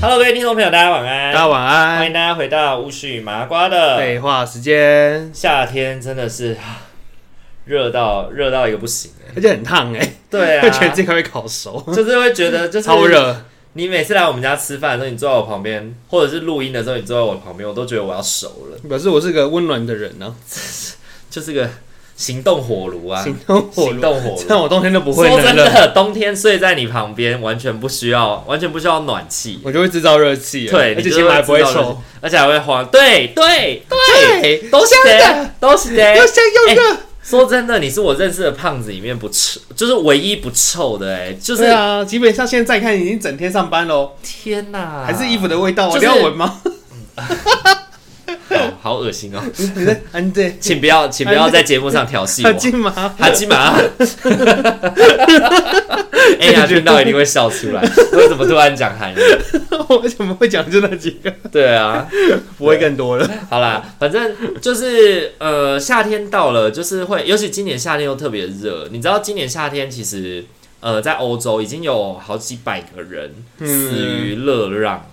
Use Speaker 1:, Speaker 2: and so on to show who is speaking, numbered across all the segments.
Speaker 1: Hello，各位听众朋友，大家晚安。
Speaker 2: 大家晚
Speaker 1: 欢迎
Speaker 2: 安。
Speaker 1: 大家回到巫师与麻瓜的。
Speaker 2: 废话时间，
Speaker 1: 夏天真的是啊热到热到一个不行哎、
Speaker 2: 而且很烫哎、
Speaker 1: 对
Speaker 2: 会觉得
Speaker 1: 啊，
Speaker 2: 这块会烤熟，
Speaker 1: 就是会 觉得就是
Speaker 2: 超。热。
Speaker 1: 你每次来我们家吃饭的时候，你坐在我旁边，或者是录音的时候，你坐在我旁边，我都觉得我要熟了，
Speaker 2: 表示我是个温暖的人啊呢、
Speaker 1: 就是个行动火炉啊，
Speaker 2: 行动火
Speaker 1: 行
Speaker 2: 炉，
Speaker 1: 动火
Speaker 2: 这
Speaker 1: 炉。
Speaker 2: 样我冬天都不会
Speaker 1: 说
Speaker 2: 冷
Speaker 1: 真
Speaker 2: 了，
Speaker 1: 的，冬天睡在你旁边完全不需要，完全不需要暖气，
Speaker 2: 我就会制造热气了。
Speaker 1: 对
Speaker 2: 而
Speaker 1: 你
Speaker 2: 且
Speaker 1: 就
Speaker 2: 起码还不会
Speaker 1: 会制造热
Speaker 2: 臭，
Speaker 1: 而且还会慌。对对
Speaker 2: 对
Speaker 1: 对，都是的
Speaker 2: 真的，
Speaker 1: 都是的。
Speaker 2: 又香又热。
Speaker 1: 说真的，你是我认识的胖子里面不臭，就是唯一不臭的哎、就是、
Speaker 2: 对啊，基本上现在看已经整天上班喽，
Speaker 1: 天哪，
Speaker 2: 还是衣服的味道啊，
Speaker 1: 就
Speaker 2: 你
Speaker 1: 是
Speaker 2: 要闻 吗？
Speaker 1: 好好恶心哦！
Speaker 2: 你在安对，
Speaker 1: 请不要，请不要在节目上调戏 我
Speaker 2: 要。进吗？
Speaker 1: 哈基玛，哎呀，听到一定会笑出来。为什么突然讲韩语？
Speaker 2: 我为什么会讲就那几个？
Speaker 1: 对啊，
Speaker 2: 不会更多了。
Speaker 1: 好啦，反正就是呃，夏天到了，就是会，尤其今年夏天又特别热。你知道，今年夏天其实呃，在欧洲已经有好几百个人死于热浪。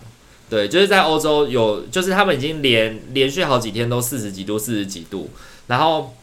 Speaker 1: 对，就是在欧洲有，就是他们已经连连续好几天都四十几度、四十几度，然后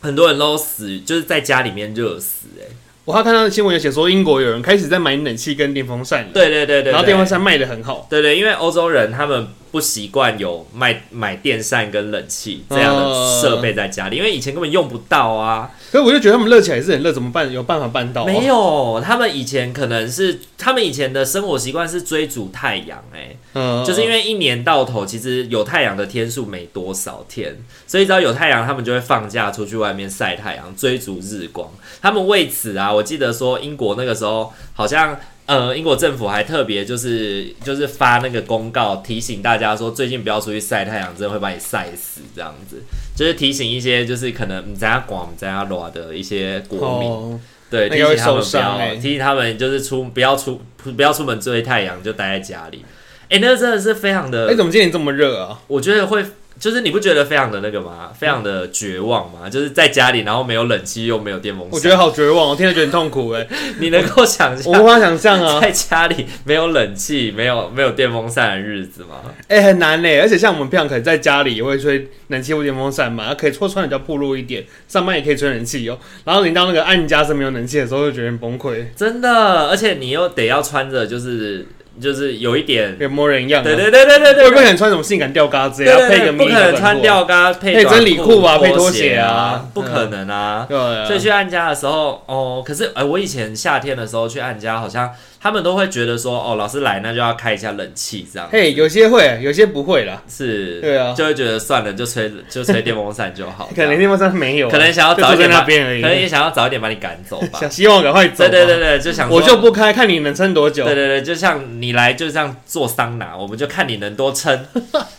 Speaker 1: 很多人都死，就是在家里面热死、欸。
Speaker 2: 我还看到新闻有写说，英国有人开始在买冷气跟电风扇了，
Speaker 1: 对对对对对，
Speaker 2: 然后电风扇卖的很好，
Speaker 1: 对对，因为欧洲人他们不习惯有卖买电扇跟冷气这样的设备在家里，因为以前根本用不到啊。
Speaker 2: 可是我就觉得他们热起来也是很热，怎么办？有办法办到、啊？
Speaker 1: 没有，他们以前可能是他们以前的生活习惯是追逐太阳、欸，
Speaker 2: 嗯，
Speaker 1: 就是因
Speaker 2: 为
Speaker 1: 为一年到头其实有太阳的天数没多少天，所以只要有太阳，他们就会放假出去外面晒太阳，追逐日光。他们为此啊，我记得说英国那个时候好像。呃，英国政府还特别就是就是发那个公告，提醒大家说最近不要出去晒太阳，真的会把你晒死这样子。就是提醒一些就是可能嗯你在家广、你在家暖的一些国民，
Speaker 2: 哦，
Speaker 1: 对，
Speaker 2: 那
Speaker 1: 提醒
Speaker 2: 个会
Speaker 1: 他们
Speaker 2: 受
Speaker 1: 不要，
Speaker 2: 伤欸
Speaker 1: 提醒他们就是出不要出不要出门追太阳，就待在家里。哎、那个真的是非常
Speaker 2: 哎、
Speaker 1: 的，
Speaker 2: 怎么今年这么热啊？
Speaker 1: 我觉得会就是你不觉得非常的那个吗？非常的绝望吗？就是在家里，然后没有冷气又没有电风
Speaker 2: 我觉
Speaker 1: 扇，
Speaker 2: 得好绝望，我听了觉得很痛苦 哎、
Speaker 1: 你能够想
Speaker 2: 我无
Speaker 1: 象
Speaker 2: 法想 象啊，
Speaker 1: 在家里没有冷气、没有没有电风扇的日子吗？
Speaker 2: 哎、很难嘞、而且像我们平常可能在家里也会吹冷气或电风扇嘛，啊可以穿穿得比较暴露一点，上班也可以吹冷气哦、然后你到那个按家是没有冷气的时候，就觉得很崩溃，
Speaker 1: 真的，而且你又得要穿着就是就是有一点，
Speaker 2: 跟摸人一样、啊。
Speaker 1: 对对对对对
Speaker 2: 会
Speaker 1: 对
Speaker 2: 不会很穿什么性感吊嘎之类，
Speaker 1: 对对
Speaker 2: 要配个
Speaker 1: 对，不
Speaker 2: 迷
Speaker 1: 可
Speaker 2: 你
Speaker 1: 能穿吊嘎配
Speaker 2: 啊配
Speaker 1: 短
Speaker 2: 真理裤啊配拖
Speaker 1: 鞋
Speaker 2: 鞋啊
Speaker 1: 不可能啊。
Speaker 2: 对啊，
Speaker 1: 所以去按家的时候，哦，可是哎、呃我以前夏天的时候去按家，好像他们都会觉得说，哦，老师来那就要开一下冷气这样。
Speaker 2: 嘿，有些会，有些不会啦，
Speaker 1: 是，
Speaker 2: 对啊
Speaker 1: 就会觉得算了，就吹就吹电风扇就
Speaker 2: 。
Speaker 1: 好
Speaker 2: 可能电风扇没有啊，
Speaker 1: 可能想要
Speaker 2: 就
Speaker 1: 早一
Speaker 2: 坐在
Speaker 1: 点把
Speaker 2: 那边而
Speaker 1: 可能
Speaker 2: 已，
Speaker 1: 也想要早一点把你赶走吧
Speaker 2: 想。希望赶快
Speaker 1: 对
Speaker 2: 走。
Speaker 1: 对对，对，就想说
Speaker 2: 我就。不开，看你能撑多久
Speaker 1: 对。对对，就像你来就这样做桑拿，我们就看你能多 撑。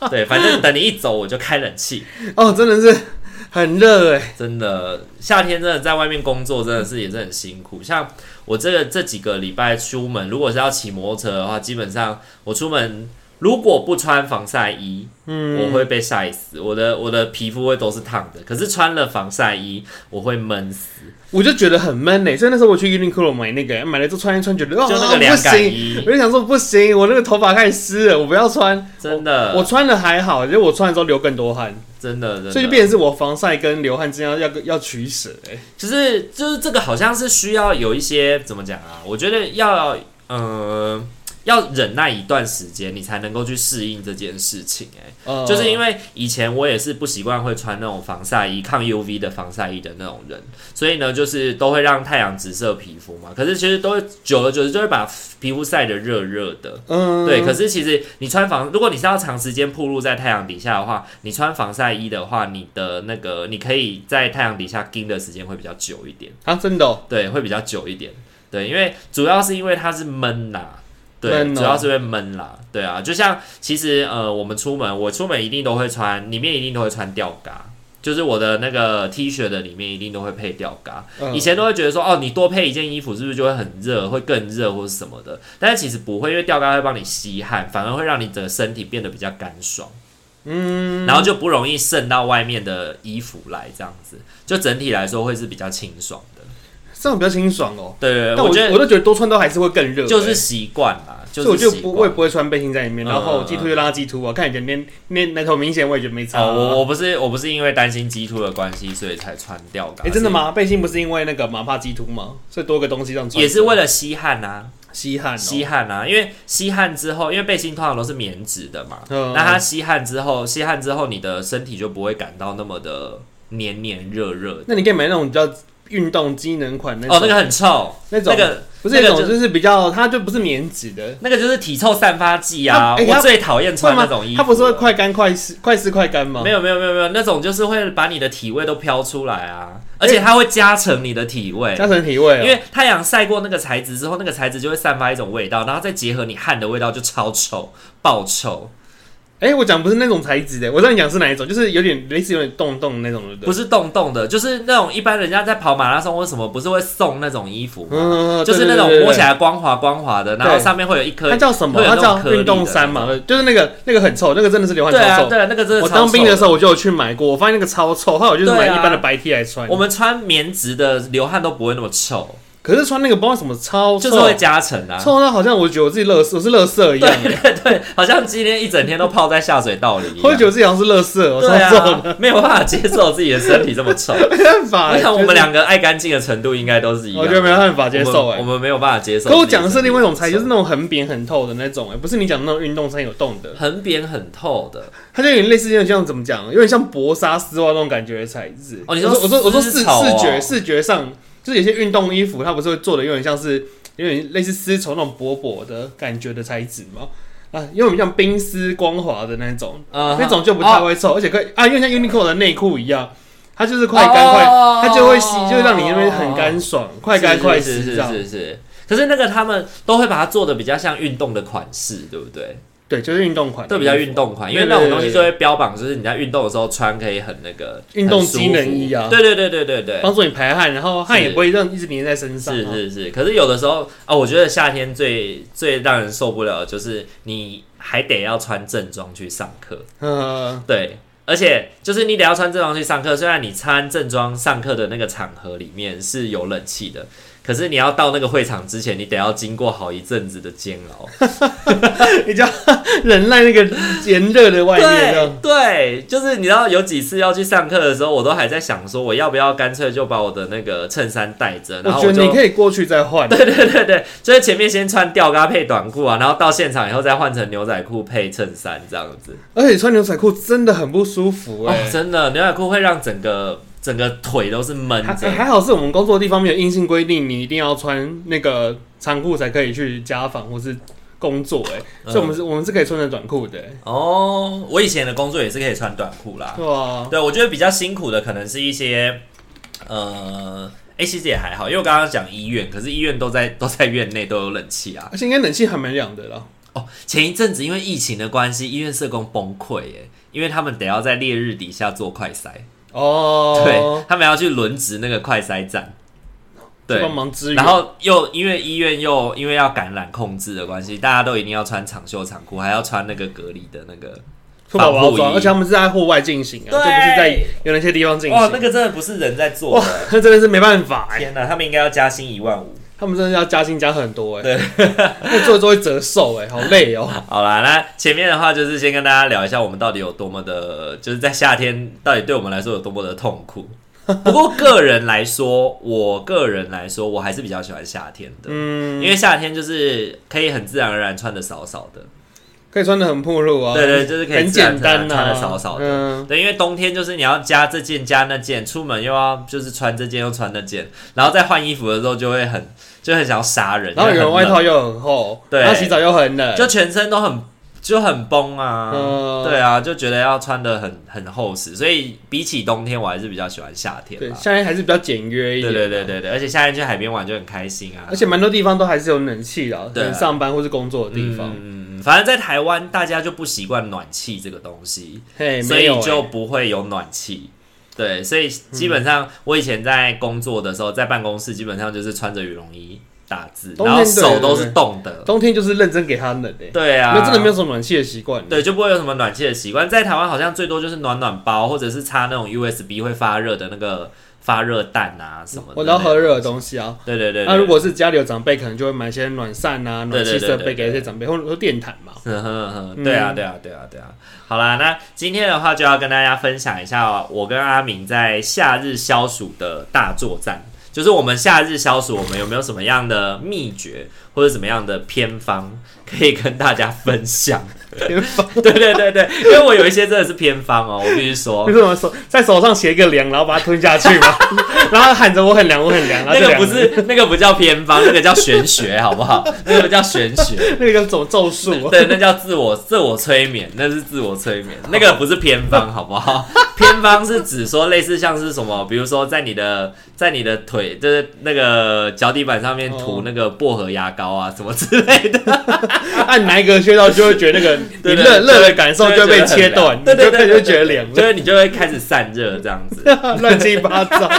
Speaker 1: 对，反正等你一走我就开冷气。
Speaker 2: 哦，真的是很热哎，
Speaker 1: 真的，夏天真的在外面工作，真的是也是很辛苦。像我这个这几个礼拜出门，如果是要骑摩托车的话，基本上我出门如果不穿防晒衣，
Speaker 2: 嗯
Speaker 1: 我会被晒死，我的我的皮肤会都是烫的。可是穿了防晒衣，我会闷死，
Speaker 2: 我就觉得很闷哎，所以那时候我去 Uniqlo 买那个，买了之后穿一穿，觉得哦
Speaker 1: 就那个
Speaker 2: 哦
Speaker 1: 凉
Speaker 2: 不
Speaker 1: 感
Speaker 2: 行，
Speaker 1: 衣，
Speaker 2: 我就想说不行，我那个头发太湿了，我不要穿。
Speaker 1: 真的，
Speaker 2: 我穿了还好，因为我穿的时候流更多汗，
Speaker 1: 真的呃真的，
Speaker 2: 所以就变成是我防晒跟流汗之间要要要取舍哎。
Speaker 1: 就是就是这个好像是需要有一些怎么讲啊？我觉得要呃，要忍耐一段时间，你才能够去适应这件事情、欸。哎、
Speaker 2: 呃
Speaker 1: 就是因为以前我也是不习惯会穿那种防晒衣、抗 UV 的防晒衣的那种人，所以呢，就是都会让太阳直射皮肤嘛。可是其实都会久而久之就会把皮肤晒得热热的。
Speaker 2: 嗯，
Speaker 1: 对，可是其实你穿防，如果你是要长时间暴露在太阳底下的话，你穿防晒衣的话，你的那个你可以在太阳底下盯的时间会比较久一点，
Speaker 2: 啊，真的、哦，
Speaker 1: 对，会比较久一点，对，因为主要是因为它是闷啦、对，
Speaker 2: 闷哦
Speaker 1: 主要是会闷啦，对啊，就像其实呃，我们出门，我出门一定都会穿，里面一定都会穿吊嘎，就是我的那个 T 恤的里面一定都会配吊嘎，
Speaker 2: 嗯
Speaker 1: 以前都会觉得说，哦，你多配一件衣服是不是就会很热，会更热或者什么的？但是其实不会，因为吊嘎会帮你吸汗，反而会让你整个身体变得比较干爽，
Speaker 2: 嗯，
Speaker 1: 然后就不容易渗到外面的衣服来，这样子就整体来说会是比较清爽的。
Speaker 2: 这样比较清爽哦。
Speaker 1: 对对
Speaker 2: 但
Speaker 1: 对，
Speaker 2: 我
Speaker 1: 呃我觉
Speaker 2: 我
Speaker 1: 得
Speaker 2: 都觉得多穿都还是会更热、
Speaker 1: 就是
Speaker 2: 欸
Speaker 1: 习惯啦，就
Speaker 2: 所以我
Speaker 1: 是
Speaker 2: 就
Speaker 1: 习
Speaker 2: 不我
Speaker 1: 惯
Speaker 2: 也。不会穿背心在里面，
Speaker 1: 嗯
Speaker 2: 然后鸡突就拉鸡突啊，看起来那那那头明显我也觉得没差、啊。
Speaker 1: 哦，我我不是我不是因为担心鸡突的关系，所以才穿吊嘎。
Speaker 2: 哎、真的？吗？背心不是因为那个马帕鸡突吗？所以多个东西让穿，
Speaker 1: 也是为了吸汗啊。
Speaker 2: 吸汗、哦。
Speaker 1: 吸汗啊，因为吸汗之后，因为背心通常都是棉质的嘛，
Speaker 2: 嗯
Speaker 1: 那它吸汗之后，吸汗之后，你的身体就不会感到那么的黏黏热热的。
Speaker 2: 那你可以买那种比较运动机能款那种，
Speaker 1: 哦，那个很臭，
Speaker 2: 那种
Speaker 1: 那个
Speaker 2: 不是那
Speaker 1: 那
Speaker 2: 种，
Speaker 1: 个就
Speaker 2: 就是比较它就不是棉质的，
Speaker 1: 那个就是体臭散发剂啊！
Speaker 2: 它哎它
Speaker 1: 我最讨厌穿那种衣服
Speaker 2: 它
Speaker 1: 了，
Speaker 2: 不是会快干快湿快湿快干吗
Speaker 1: 没？有没有没有没有，那种就是会把你的体味都飘出来啊，而且它会加成你的体味。
Speaker 2: 加成体味、哦，
Speaker 1: 因为太阳晒过那个材质之后，那个材质就会散发一种味道，然后再结合你汗的味道，就超臭，爆臭。
Speaker 2: 哎、我讲不是那种材质的，我知道你讲是哪一种，就是有点类似有点洞洞那种的，
Speaker 1: 不是洞洞的，就是那种一般人家在跑马拉松或什么，不是会送那种衣服吗？
Speaker 2: 嗯，
Speaker 1: 就是那种
Speaker 2: 对对对对
Speaker 1: 摸起来光滑光滑的，然后
Speaker 2: 对
Speaker 1: 上面会有一颗
Speaker 2: 它。叫什么？
Speaker 1: 会有
Speaker 2: 它
Speaker 1: 那种
Speaker 2: 叫
Speaker 1: 颗粒的
Speaker 2: 运动衫嘛，就是那个那个很臭，那个真的是流汗
Speaker 1: 对
Speaker 2: 超
Speaker 1: 啊，
Speaker 2: 臭。
Speaker 1: 对啊，那个真的
Speaker 2: 我
Speaker 1: 超
Speaker 2: 当兵
Speaker 1: 臭
Speaker 2: 的时候我就有去买过，我发现那个超臭，后来我就是买
Speaker 1: 对啊
Speaker 2: 一般的白 T 来穿。
Speaker 1: 我们穿棉质的，流汗都不会那么臭，
Speaker 2: 可是穿那个不知道什么超
Speaker 1: 就
Speaker 2: 臭，
Speaker 1: 是会加成啊。
Speaker 2: 臭到好像我觉得我自己乐色，我是乐色一样，
Speaker 1: 好像今天一整天都泡在下水道里一
Speaker 2: 我会觉
Speaker 1: 样。
Speaker 2: 得自己好像是乐色，我超
Speaker 1: 对
Speaker 2: 臭的，
Speaker 1: 啊，没有办法接受自己的身体这么臭。
Speaker 2: 没办法。
Speaker 1: 我想我们
Speaker 2: 啊就是
Speaker 1: 两个爱干净的程度应该都是一样
Speaker 2: 我
Speaker 1: 的。
Speaker 2: 觉得没办法接受
Speaker 1: 我们我
Speaker 2: 哎。
Speaker 1: 们没有办法接受。
Speaker 2: 可我讲的是另外一种材质，
Speaker 1: 就
Speaker 2: 就是那种很扁很透的那种哎，不是你讲的那种运动衫有洞的，
Speaker 1: 很扁很透的。
Speaker 2: 它就有点类似那种像怎么讲，有点像薄纱丝袜那种感觉的材质。
Speaker 1: 哦你
Speaker 2: 我
Speaker 1: 说
Speaker 2: 说我说我说
Speaker 1: 丝
Speaker 2: 视
Speaker 1: 绸
Speaker 2: 视
Speaker 1: 哦
Speaker 2: 觉视觉上，就是有些运动衣服它不是会做的有点像是有点类似丝绸那种薄薄的感觉的材质吗？啊，因为我们像冰丝光滑的那种，
Speaker 1: 嗯
Speaker 2: 那种就不太会臭，而且可以啊，因为像 Uniqlo 的内裤一样，它就是快干快，
Speaker 1: 哦
Speaker 2: 它就会吸，就让你那边很干爽，快干快
Speaker 1: 是
Speaker 2: 湿
Speaker 1: 是
Speaker 2: 这样。
Speaker 1: 是是是。可是那个他们都会把它做的比较像运动的款式，对不对？
Speaker 2: 对，就是运动款，
Speaker 1: 都比较运。动款，因为
Speaker 2: 啊对
Speaker 1: 那
Speaker 2: 对
Speaker 1: 种东西
Speaker 2: 对
Speaker 1: 就会标榜，就是你在运动的时候穿可以很那个
Speaker 2: 运动机能
Speaker 1: 很舒服
Speaker 2: 衣啊
Speaker 1: 对对对对对对，
Speaker 2: 帮助你排汗，然后汗也
Speaker 1: 是
Speaker 2: 不会让一直粘在身上、啊。
Speaker 1: 是是是。可是有的时候啊，我觉得夏天最最让人受不了的就是你还得要穿正装去上课，
Speaker 2: 嗯，
Speaker 1: 对。而且就是你得要穿正装去上课，虽然你穿正装上课的那个场合里面是有冷气的，可是你要到那个会场之前，你得要经过好一阵子的煎 熬。
Speaker 2: 你就要忍耐那个炎热的外面这样。
Speaker 1: 对对，就是你知道有几次要去上课的时候，我都还在想说，我要不要干脆就把我的那个衬衫带着，然后
Speaker 2: 觉
Speaker 1: 我
Speaker 2: 得
Speaker 1: 就
Speaker 2: 你可以过去再换。
Speaker 1: 对对对对，就是前面先穿吊嘎配短裤啊，然后到现场以后再换成牛仔裤配衬衫这样子。
Speaker 2: 而且穿牛仔裤真的很不舒服
Speaker 1: 哦
Speaker 2: 哎、，
Speaker 1: 真的，牛仔裤会让整个整个腿都是闷
Speaker 2: 还
Speaker 1: 着。
Speaker 2: 还好是我们工作地方没有硬性规定，你一定要穿那个长裤才可以去家访或是工作哎、
Speaker 1: 嗯
Speaker 2: 所以我们是我们是可以穿着短裤的、欸，
Speaker 1: 哦，我以前的工作也是可以穿短裤啦。
Speaker 2: 对啊，
Speaker 1: 对，我觉得比较辛苦的可能是一些，呃，哎、其实也还好，因为我刚刚讲医院，可是医院都在 都在院内都有冷气啊。
Speaker 2: 而且应该冷气还蛮凉的啦。
Speaker 1: 哦，前一阵子因为疫情的关系，医院社工崩溃耶，因为他们得要在烈日底下做快筛，对
Speaker 2: 哦，
Speaker 1: 他们要去轮值那个快筛站，对
Speaker 2: 帮。忙支援，
Speaker 1: 然后又因为医院又因为要感染控制的关系，大家都一定要穿长袖长裤，还要穿那个隔离的那个。
Speaker 2: 脱保
Speaker 1: 防
Speaker 2: 包
Speaker 1: 护
Speaker 2: 装，
Speaker 1: 衣
Speaker 2: 而且他们是在户外进行啊，就
Speaker 1: 对
Speaker 2: 不是在有那些地方进行。
Speaker 1: 哇，那个真的不是人在做
Speaker 2: 哇
Speaker 1: 的。，
Speaker 2: 那真的是没办法哎、
Speaker 1: 天哪，他们应该要加薪一万五。
Speaker 2: 他们真的要加薪加很多哎、欸，那做着做会折寿哎、好累哦、
Speaker 1: 好啦，那前面的话就是 先跟大家聊一下，我们到底有多么的，就是在夏天到底对我们来说有多么的痛苦。不过个人来说，我个人来说，我还是比较喜欢夏天的，
Speaker 2: 嗯，
Speaker 1: 因为夏天就是可以很自然而然穿的少少的，
Speaker 2: 可以穿的很暴露啊，
Speaker 1: 对对就是可以
Speaker 2: 很简单
Speaker 1: 自然
Speaker 2: 啊
Speaker 1: 自然穿得少少的
Speaker 2: 嗯，
Speaker 1: 对，因为冬天就是你要加这件加那件，出门又要就是穿这件又穿那件，然后再换衣服的时候就会很就很想要杀人，
Speaker 2: 然后
Speaker 1: 因为
Speaker 2: 有人
Speaker 1: 很
Speaker 2: 外
Speaker 1: 冷
Speaker 2: 套又很厚，
Speaker 1: 对
Speaker 2: 然后洗澡又很冷，
Speaker 1: 就全身都很就很崩啊，
Speaker 2: 嗯
Speaker 1: 对啊，就觉得要穿的很很厚实，所以比起冬天，我还是比较喜欢夏天
Speaker 2: 对，
Speaker 1: 啦。
Speaker 2: 夏天还是比较简约一
Speaker 1: 对
Speaker 2: 点，啊
Speaker 1: 对对对对，而且夏天去海边玩就很开心啊，
Speaker 2: 而且蛮多地方都还是有冷气的啊，可
Speaker 1: 对啊
Speaker 2: 能上班或是工作的地方，
Speaker 1: 嗯，嗯嗯反正在台湾大家就不习惯暖气这个东西，
Speaker 2: 嘿，
Speaker 1: 所
Speaker 2: 没有
Speaker 1: 以
Speaker 2: 欸
Speaker 1: 就不会有暖气。对，所以基本上我以前在工作的时候，在办公室基本上就是穿着羽绒衣打字，
Speaker 2: 冬
Speaker 1: 然
Speaker 2: 天
Speaker 1: 后
Speaker 2: 对
Speaker 1: 手
Speaker 2: 对
Speaker 1: 都
Speaker 2: 对
Speaker 1: 是冻的。
Speaker 2: 冬天就是认真给他冷诶，
Speaker 1: 对啊，
Speaker 2: 那真的没有什么暖气的习惯，
Speaker 1: 对，就不会有什么暖气的习惯。在台湾好像最多就是暖暖包，或者是插那种 USB 会发热的那个发热蛋啊什么的。
Speaker 2: 我聊喝热的东西啊。
Speaker 1: 对。对对对，
Speaker 2: 那如果是家里有长辈，可能就会买一些暖扇啊、暖气
Speaker 1: 对对
Speaker 2: 设备
Speaker 1: 对对对
Speaker 2: 给一些长辈，或者说电毯嘛。
Speaker 1: 呵呵呵，对
Speaker 2: 嗯
Speaker 1: 啊，对啊，对啊，对啊。好啦，那今天的话就要跟大家分享一下哦我跟阿明在夏日消暑的大作战，就是我们夏日消暑，我们有没有什么样的秘诀或者什么样的偏方可以跟大家分享？
Speaker 2: 偏方，
Speaker 1: 对对对对，因为我有一些真的是偏方哦，我必须说
Speaker 2: 你，怎么手在手上写一个凉，然后把它吞下去嘛， 然后喊着我很凉，我很凉，然
Speaker 1: 那
Speaker 2: 后就
Speaker 1: 个
Speaker 2: 凉
Speaker 1: 不
Speaker 2: 了
Speaker 1: 是那个不叫偏方，那个叫玄学，好不好？那个叫玄学。
Speaker 2: 那个走咒术啊，
Speaker 1: 对，那叫自我自我催眠，那是自我催眠，那个不是偏方，好不好？偏方是指说类似像是什么，比如说在你的在你的腿就是那个脚底板上面
Speaker 2: 哦
Speaker 1: 涂那个薄荷牙膏啊什么之类的，
Speaker 2: 按啊哪一个穴道就会觉得那个你
Speaker 1: 对对
Speaker 2: 热
Speaker 1: 对
Speaker 2: 热的感受
Speaker 1: 就会
Speaker 2: 就被
Speaker 1: 觉得很
Speaker 2: 切
Speaker 1: 凉
Speaker 2: 断，你
Speaker 1: 对对对
Speaker 2: 就开始
Speaker 1: 对
Speaker 2: 就觉得凉
Speaker 1: 就
Speaker 2: 了，
Speaker 1: 是你就会开始散热这样子。
Speaker 2: 乱七八 糟。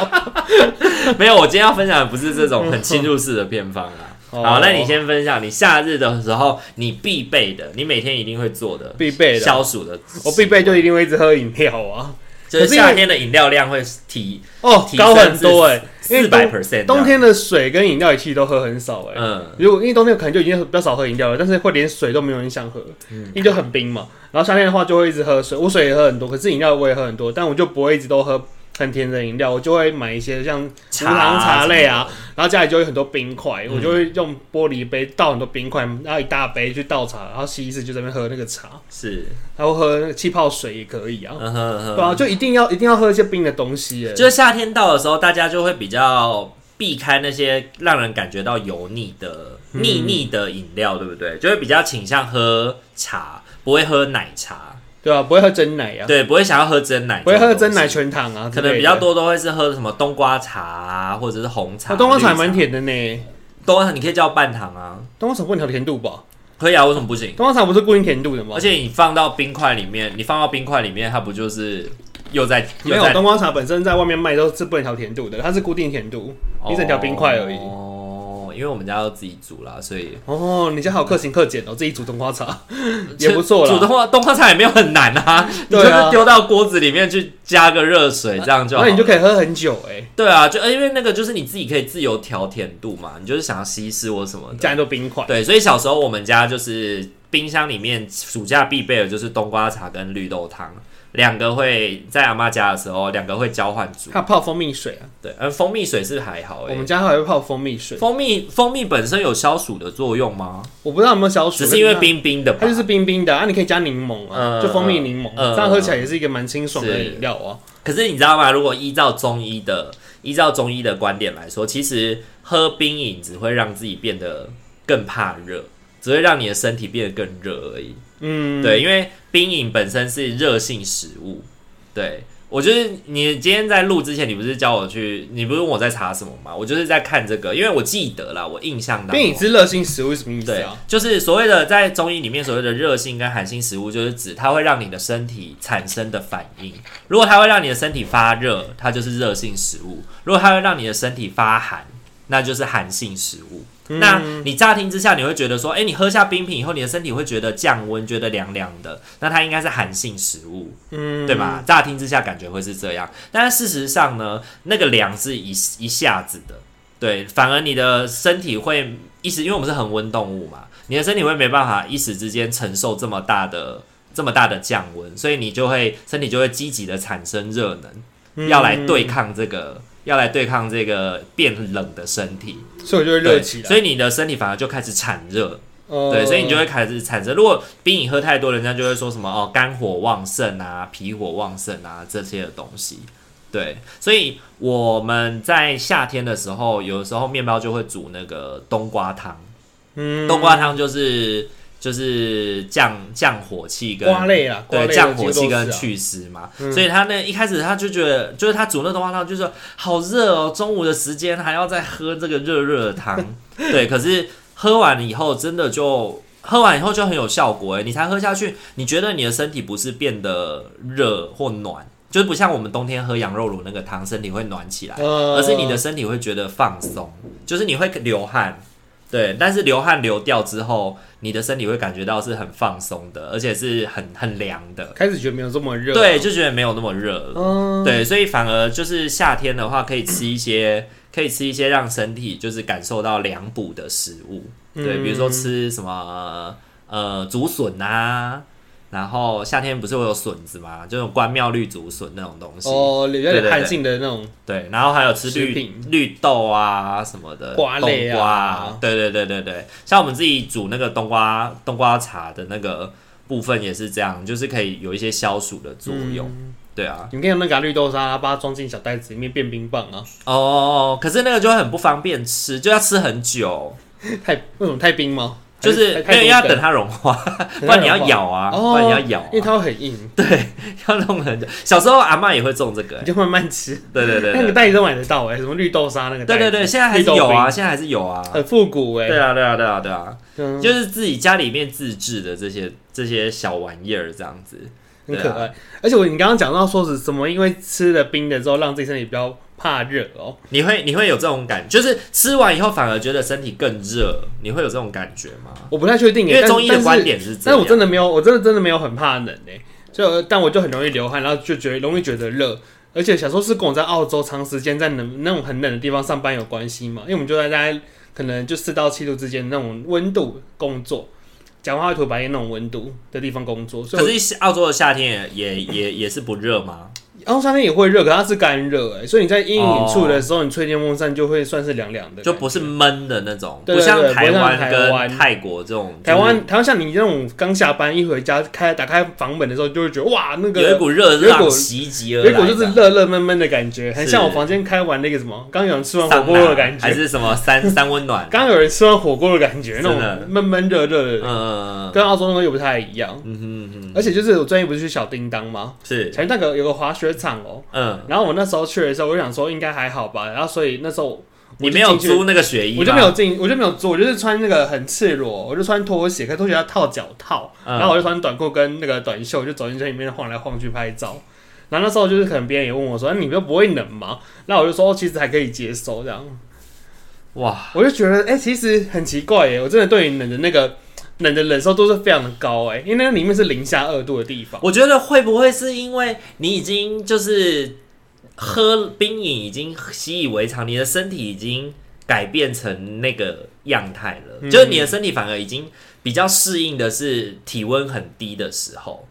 Speaker 1: 没有，我今天要分享的不是这种很侵入式的偏方啊。
Speaker 2: 哦
Speaker 1: 好，那你先分享你夏日的时候你必备的，你每天一定会做的
Speaker 2: 必备的，
Speaker 1: 消暑的，
Speaker 2: 我必备就一定会一直喝饮料啊。
Speaker 1: 就是
Speaker 2: 可是因为
Speaker 1: 夏天的饮料量会提
Speaker 2: 哦，高很多哎、因
Speaker 1: 四
Speaker 2: 为
Speaker 1: 百
Speaker 2: 冬
Speaker 1: percent。
Speaker 2: 冬，天的水跟饮料也其实都喝很少哎、
Speaker 1: 嗯，
Speaker 2: 如果因为冬天可能就已经比较少喝饮料了，但是会连水都没有人想喝，
Speaker 1: 嗯
Speaker 2: 因为就很冰嘛。然后夏天的话就会一直喝水，我水也喝很多，可是饮料我也喝很多，但我就不会一直都喝很甜的饮料，我就会买一些像无糖茶类啊，然后家里就有很多冰块，
Speaker 1: 嗯
Speaker 2: 我就会用玻璃杯倒很多冰块，然后一大杯去倒茶，然后稀释就在那边喝那个茶，
Speaker 1: 是，
Speaker 2: 然后喝那个气泡水也可以啊。
Speaker 1: 嗯哼嗯
Speaker 2: 对啊，
Speaker 1: 哼，
Speaker 2: 就一定要一定要喝一些冰的东西哎、
Speaker 1: 就是夏天到的时候，大家就会比较避开那些让人感觉到油腻的、
Speaker 2: 嗯
Speaker 1: 腻腻的饮料，对不对？就会比较倾向喝茶，不会喝奶茶，
Speaker 2: 对啊，不会喝真奶啊，
Speaker 1: 对，不会想要喝真奶，
Speaker 2: 不会喝真奶。全糖啊，
Speaker 1: 可能比
Speaker 2: 之类的
Speaker 1: 较。多都会是喝什么冬瓜茶啊，或者是红茶。
Speaker 2: 那哦冬瓜茶还
Speaker 1: 绿
Speaker 2: 蛮，甜的呢，
Speaker 1: 冬瓜茶你可以叫半糖啊，
Speaker 2: 冬瓜茶不能调甜度吧？
Speaker 1: 可以啊，为什么不行？
Speaker 2: 冬瓜茶不是固定甜度的吗
Speaker 1: 而？且你放到冰块里面，你放到冰块里面，它不就是又在
Speaker 2: 没
Speaker 1: 又
Speaker 2: 有，
Speaker 1: 在
Speaker 2: 冬瓜茶本身在外面卖都是不能调甜度的，它是固定甜度，一整条冰块而已。
Speaker 1: 哦，因为我们家要自己煮啦，所以
Speaker 2: 哦，你家好克勤克俭哦，自己煮冬瓜茶 也不错
Speaker 1: 煮
Speaker 2: 啦。
Speaker 1: 冬瓜冬瓜菜也没有很难 啊，你就
Speaker 2: 对啊
Speaker 1: 是丢到锅子里面去加个热水，这样就好
Speaker 2: 那
Speaker 1: 了。
Speaker 2: 你就可以喝很久哎、
Speaker 1: 对啊，就呃因为那个就是你自己可以自由调甜度嘛，你就是想要稀释或什么的。
Speaker 2: 加很多冰块。
Speaker 1: 对，所以小时候我们家就是冰箱里面暑假必备的就是冬瓜茶跟绿豆汤，两个会在阿妈家的时候，两个会交换煮。
Speaker 2: 它泡蜂蜜水啊，
Speaker 1: 对，呃，蜂蜜水是还好
Speaker 2: 我
Speaker 1: 诶、
Speaker 2: 们家还会泡蜂蜜水，
Speaker 1: 蜂蜜蜂蜜本身有消暑的作用吗？
Speaker 2: 我不知道有没有消暑，
Speaker 1: 只是因为
Speaker 2: 但它
Speaker 1: 冰冰的吧，
Speaker 2: 它就是冰冰的啊，你可以加柠檬啊，
Speaker 1: 嗯
Speaker 2: 就蜂蜜柠檬，
Speaker 1: 嗯
Speaker 2: 这样喝起来也是一个蛮清爽的
Speaker 1: 是
Speaker 2: 饮料啊。
Speaker 1: 可是你知道吗？如果依照中医的依照中医的观点来说，其实喝冰饮只会让自己变得更怕热，只会让你的身体变得更热而已。
Speaker 2: 嗯，
Speaker 1: 对，因为冰饮本身是热性食物。对我就是你今天在录之前，你不是教我去，你不是问我在查什么吗？我就是在看这个，因为我记得啦，我印象当中
Speaker 2: 冰饮是热性食物是什么意思
Speaker 1: 对
Speaker 2: 啊？，
Speaker 1: 就是所谓的在中医里面所谓的热性跟寒性食物，就是指它会让你的身体产生的反应。如果它会让你的身体发热，它就是热性食物；如果它会让你的身体发寒，那就是寒性食物。
Speaker 2: 嗯
Speaker 1: 那你乍听之下，你会觉得说，哎、你喝下冰品以后，你的身体会觉得降温，觉得凉凉的，那它应该是寒性食物。
Speaker 2: 嗯，
Speaker 1: 对吧？乍听之下感觉会是这样，但是事实上呢，那个凉是一一下子的，对，反而你的身体会一时，因为我们是恒温动物嘛，你的身体会没办法一时之间承受这么大的这么大的降温，所以你就会身体就会积极的产生热能。
Speaker 2: 嗯
Speaker 1: 要来对抗这个，要来对抗这个变冷的身体。
Speaker 2: 嗯所以我就会热
Speaker 1: 对，
Speaker 2: 起来。
Speaker 1: 所以你的身体反而就开始产热，
Speaker 2: 呃
Speaker 1: 对，所以你就会开始产生。如果冰饮喝太多，人家就会说什么哦，肝火旺盛啊，脾火旺盛啊这些的东西。对，所以我们在夏天的时候，有时候面包就会煮那个冬瓜汤。
Speaker 2: 嗯
Speaker 1: 冬瓜汤就是就是降降火气跟
Speaker 2: 瓜类啊，瓜
Speaker 1: 对
Speaker 2: 类
Speaker 1: 降
Speaker 2: 的
Speaker 1: 火
Speaker 2: 结
Speaker 1: 气
Speaker 2: 构
Speaker 1: 跟
Speaker 2: 是啊
Speaker 1: 祛湿嘛，
Speaker 2: 嗯
Speaker 1: 所以他那一开始他就觉得，就是他煮那冬瓜汤，就说好热哦，中午的时间还要再喝这个热热的 汤，对，可是喝完以后真的就。喝完以后就很有效果哎，你才喝下去，你觉得你的身体不是变得热或暖，就是不像我们冬天喝羊肉卤那个汤，身体会暖起来，
Speaker 2: 呃
Speaker 1: 而是你的身体会觉得放松，就是你会流汗，对，但是流汗流掉之后，你的身体会感觉到是很放松的，而且是很很凉的，
Speaker 2: 开始觉得没有这么热，啊
Speaker 1: 对，，就觉得没有那么热了，
Speaker 2: 嗯，
Speaker 1: 对，所以反而就是夏天的话，可以吃一些，可以吃一些让身体就是感受到凉补的食物，对，比如说吃什么呃竹笋啊。然后夏天不是会有笋子嘛，就那种关庙绿竹笋那种东西，
Speaker 2: 哦，有
Speaker 1: 对对
Speaker 2: 点
Speaker 1: 对
Speaker 2: 寒性的那种，
Speaker 1: 对，然后还有吃
Speaker 2: 食
Speaker 1: 绿
Speaker 2: 品
Speaker 1: 绿豆啊什么的，
Speaker 2: 瓜类啊
Speaker 1: 冬瓜啊，对对对对对，像我们自己煮那个冬瓜冬瓜茶的那个部分也是这样，就是可以有一些消暑的作用，
Speaker 2: 嗯
Speaker 1: 对啊，
Speaker 2: 你可以用那个啊绿豆沙，把它装进小袋子里面变冰棒 啊，
Speaker 1: 哦，可是那个就很不方便吃，就要吃很久，
Speaker 2: 太为什么太冰吗？
Speaker 1: 就是
Speaker 2: 还
Speaker 1: 没有要
Speaker 2: 多
Speaker 1: 等它融 化，不然你要咬啊，
Speaker 2: 哦
Speaker 1: 不然你要咬啊、
Speaker 2: 因为它会很硬，
Speaker 1: 要弄很久。小时候阿嬷也会种这个、
Speaker 2: 你
Speaker 1: 欸，
Speaker 2: 就慢慢吃。
Speaker 1: 对对对
Speaker 2: 那个
Speaker 1: 对
Speaker 2: 袋子都买得到哎，什么绿豆沙那个袋
Speaker 1: 对
Speaker 2: 子，
Speaker 1: 对对，现在还是
Speaker 2: 绿豆
Speaker 1: 有啊，
Speaker 2: 冰，
Speaker 1: 现在还是有啊，
Speaker 2: 很复古哎
Speaker 1: 对，啊对啊对啊对啊。
Speaker 2: 嗯
Speaker 1: 就是自己家里面自制的这些这些小玩意儿这样子。
Speaker 2: 很
Speaker 1: 对啊
Speaker 2: 可爱。而且我你刚刚讲到说是怎么，因为吃了冰的之后，让自己身体比较怕热哦。
Speaker 1: 你会你会有这种感就是吃完以后反而觉得身体更热，你会有这种感觉吗？
Speaker 2: 我不太确定
Speaker 1: 因
Speaker 2: 欸，
Speaker 1: 为
Speaker 2: 但
Speaker 1: 中医
Speaker 2: 但
Speaker 1: 的
Speaker 2: 是
Speaker 1: 观点是这
Speaker 2: 但
Speaker 1: 样，
Speaker 2: 我真的没有，我真的真的没有很怕冷诶、就但我就很容易流汗，然后就觉得容易觉得热，而且小时候是跟我在澳洲长时间在冷那种很冷的地方上班有关系嘛，因为我们就在大概可能就四到七度之间那种温度工作，讲话会吐白烟那种温度的地方工作，所以我
Speaker 1: 可是澳洲的夏天也也也也是不热吗？
Speaker 2: 然后夏天也会热，可它是干热诶、欸所以你在阴影处的时候，你吹电风扇就会算是凉凉的，
Speaker 1: 哦就不是。闷的那种，
Speaker 2: 对
Speaker 1: 不像
Speaker 2: 对对
Speaker 1: 台
Speaker 2: 不像台
Speaker 1: 跟
Speaker 2: 湾
Speaker 1: 泰国这种，
Speaker 2: 台湾，台湾像你那种刚下班一回家开打开房门的时候，就会觉得哇，那
Speaker 1: 就
Speaker 2: 个
Speaker 1: 是有一股热
Speaker 2: 有一股
Speaker 1: 浪袭击而来
Speaker 2: 结
Speaker 1: 的，
Speaker 2: 果就是热热闷闷的感觉，很
Speaker 1: 是
Speaker 2: 像我房间开完那个什么，刚有人吃完火
Speaker 1: 桑
Speaker 2: 锅
Speaker 1: 拿
Speaker 2: 的感
Speaker 1: 还
Speaker 2: 觉，
Speaker 1: 是什么 三三温暖，
Speaker 2: 刚有人吃完火锅的感觉，那
Speaker 1: 真的
Speaker 2: 种闷闷热热的，
Speaker 1: 嗯，嗯
Speaker 2: 跟澳洲那个又不太一样。
Speaker 1: 嗯嗯
Speaker 2: 而且就是我最近不是去小叮当吗？
Speaker 1: 是，
Speaker 2: 前那个有个滑雪场哦，
Speaker 1: 嗯，
Speaker 2: 然后我那时候去的时候，我就想说应该还好吧，然后所以那时候
Speaker 1: 你没有
Speaker 2: 进去
Speaker 1: 租那个雪衣吗，
Speaker 2: 我就没有进，我就没有做，我就是穿那个很赤裸，我就穿拖鞋，可是拖鞋要套脚套，
Speaker 1: 嗯
Speaker 2: 然后我就穿短裤跟那个短袖，就走进去里面晃来晃去拍照。然后那时候就是可能别人也问我说：“那、啊你们不会冷吗？”那我就说、哦其实还可以接受这样。
Speaker 1: 哇，
Speaker 2: 我就觉得哎、其实很奇怪耶，我真的对于冷的那个冷的忍受度是非常的高哎，因为那里面是零下二度的地方。
Speaker 1: 我觉得会不会是因为你已经就是喝冰饮已经习以为常，你的身体已经改变成那个样态了，
Speaker 2: 嗯
Speaker 1: 就是你的身体反而已经比较适应的是体温很低的时候，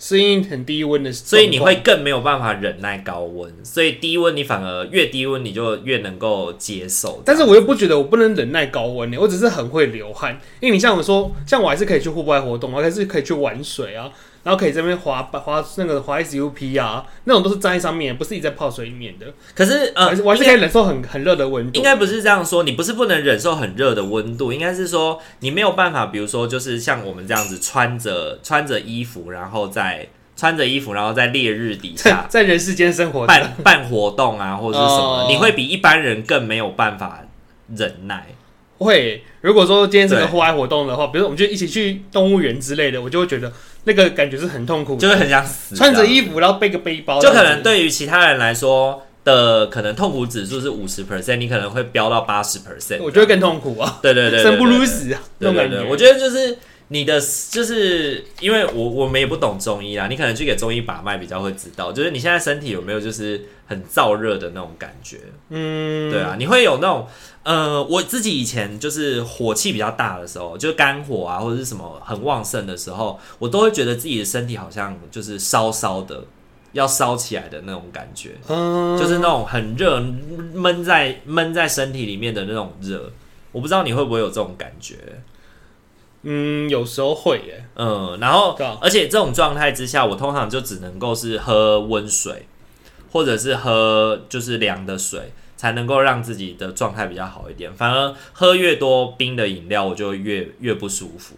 Speaker 2: 适应很低温的，
Speaker 1: 所以你会更没有办法忍耐高温，所以低温你反而越低温你就越能够接受。
Speaker 2: 但是我又不觉得我不能忍耐高温欸呢，我只是很会流汗。因为你像我说，像我还是可以去户外活动，我啊还是可以去玩水啊，然后可以这边滑滑那个滑 SUP 啊，那种都是站在上面，不是一直在泡水里面的。
Speaker 1: 可是
Speaker 2: 我
Speaker 1: 呃
Speaker 2: 还是，我还是可以忍受很很热的温度。
Speaker 1: 应该不是这样说，你不是不能忍受很热的温度，应该是说你没有办法，比如说就是像我们这样子穿着穿着衣服，然后在穿着衣服，然后在烈日底
Speaker 2: 在
Speaker 1: 下
Speaker 2: 在人世间生活的，
Speaker 1: 办办活动啊，或者是什么，
Speaker 2: 哦
Speaker 1: 你会比一般人更没有办法忍耐。
Speaker 2: 会如果说今天是个
Speaker 1: 对
Speaker 2: 户外活动的话，比如说我们就一起去动物园之类的，我就会觉得那个感觉是很痛苦的，
Speaker 1: 就会很想死。
Speaker 2: 穿着衣服然后背个背包，
Speaker 1: 就可
Speaker 2: 这样
Speaker 1: 能
Speaker 2: 子
Speaker 1: 对于其他人来说的可能痛苦指数是五十 percent，你可能会飙到八十 percent。
Speaker 2: 我觉得更痛苦啊，
Speaker 1: 对对对对
Speaker 2: 生不
Speaker 1: 对
Speaker 2: 如
Speaker 1: 对
Speaker 2: 死啊，那
Speaker 1: 对
Speaker 2: 种
Speaker 1: 对
Speaker 2: 感
Speaker 1: 对，
Speaker 2: 觉。
Speaker 1: 我觉得就是你的，就是因为我我们也不懂中医啦，你可能去给中医把脉比较会知道，就是你现在身体有没有就是很燥热的那种感觉，
Speaker 2: 嗯，
Speaker 1: 对啊，你会有那种呃，我自己以前就是火气比较大的时候，就是肝火啊或者是什么很旺盛的时候，我都会觉得自己的身体好像就是烧烧的。要烧起来的那种感觉，
Speaker 2: 嗯，
Speaker 1: 就是那种很热闷在闷在身体里面的那种热。我不知道你会不会有这种感觉，
Speaker 2: 嗯，有时候会耶，
Speaker 1: 嗯，然后
Speaker 2: 对啊
Speaker 1: 而且这种状态之下，我通常就只能够是喝温水，或者是喝就是凉的水，才能够让自己的状态比较好一点。反而喝越多冰的饮料，我就越越不舒服。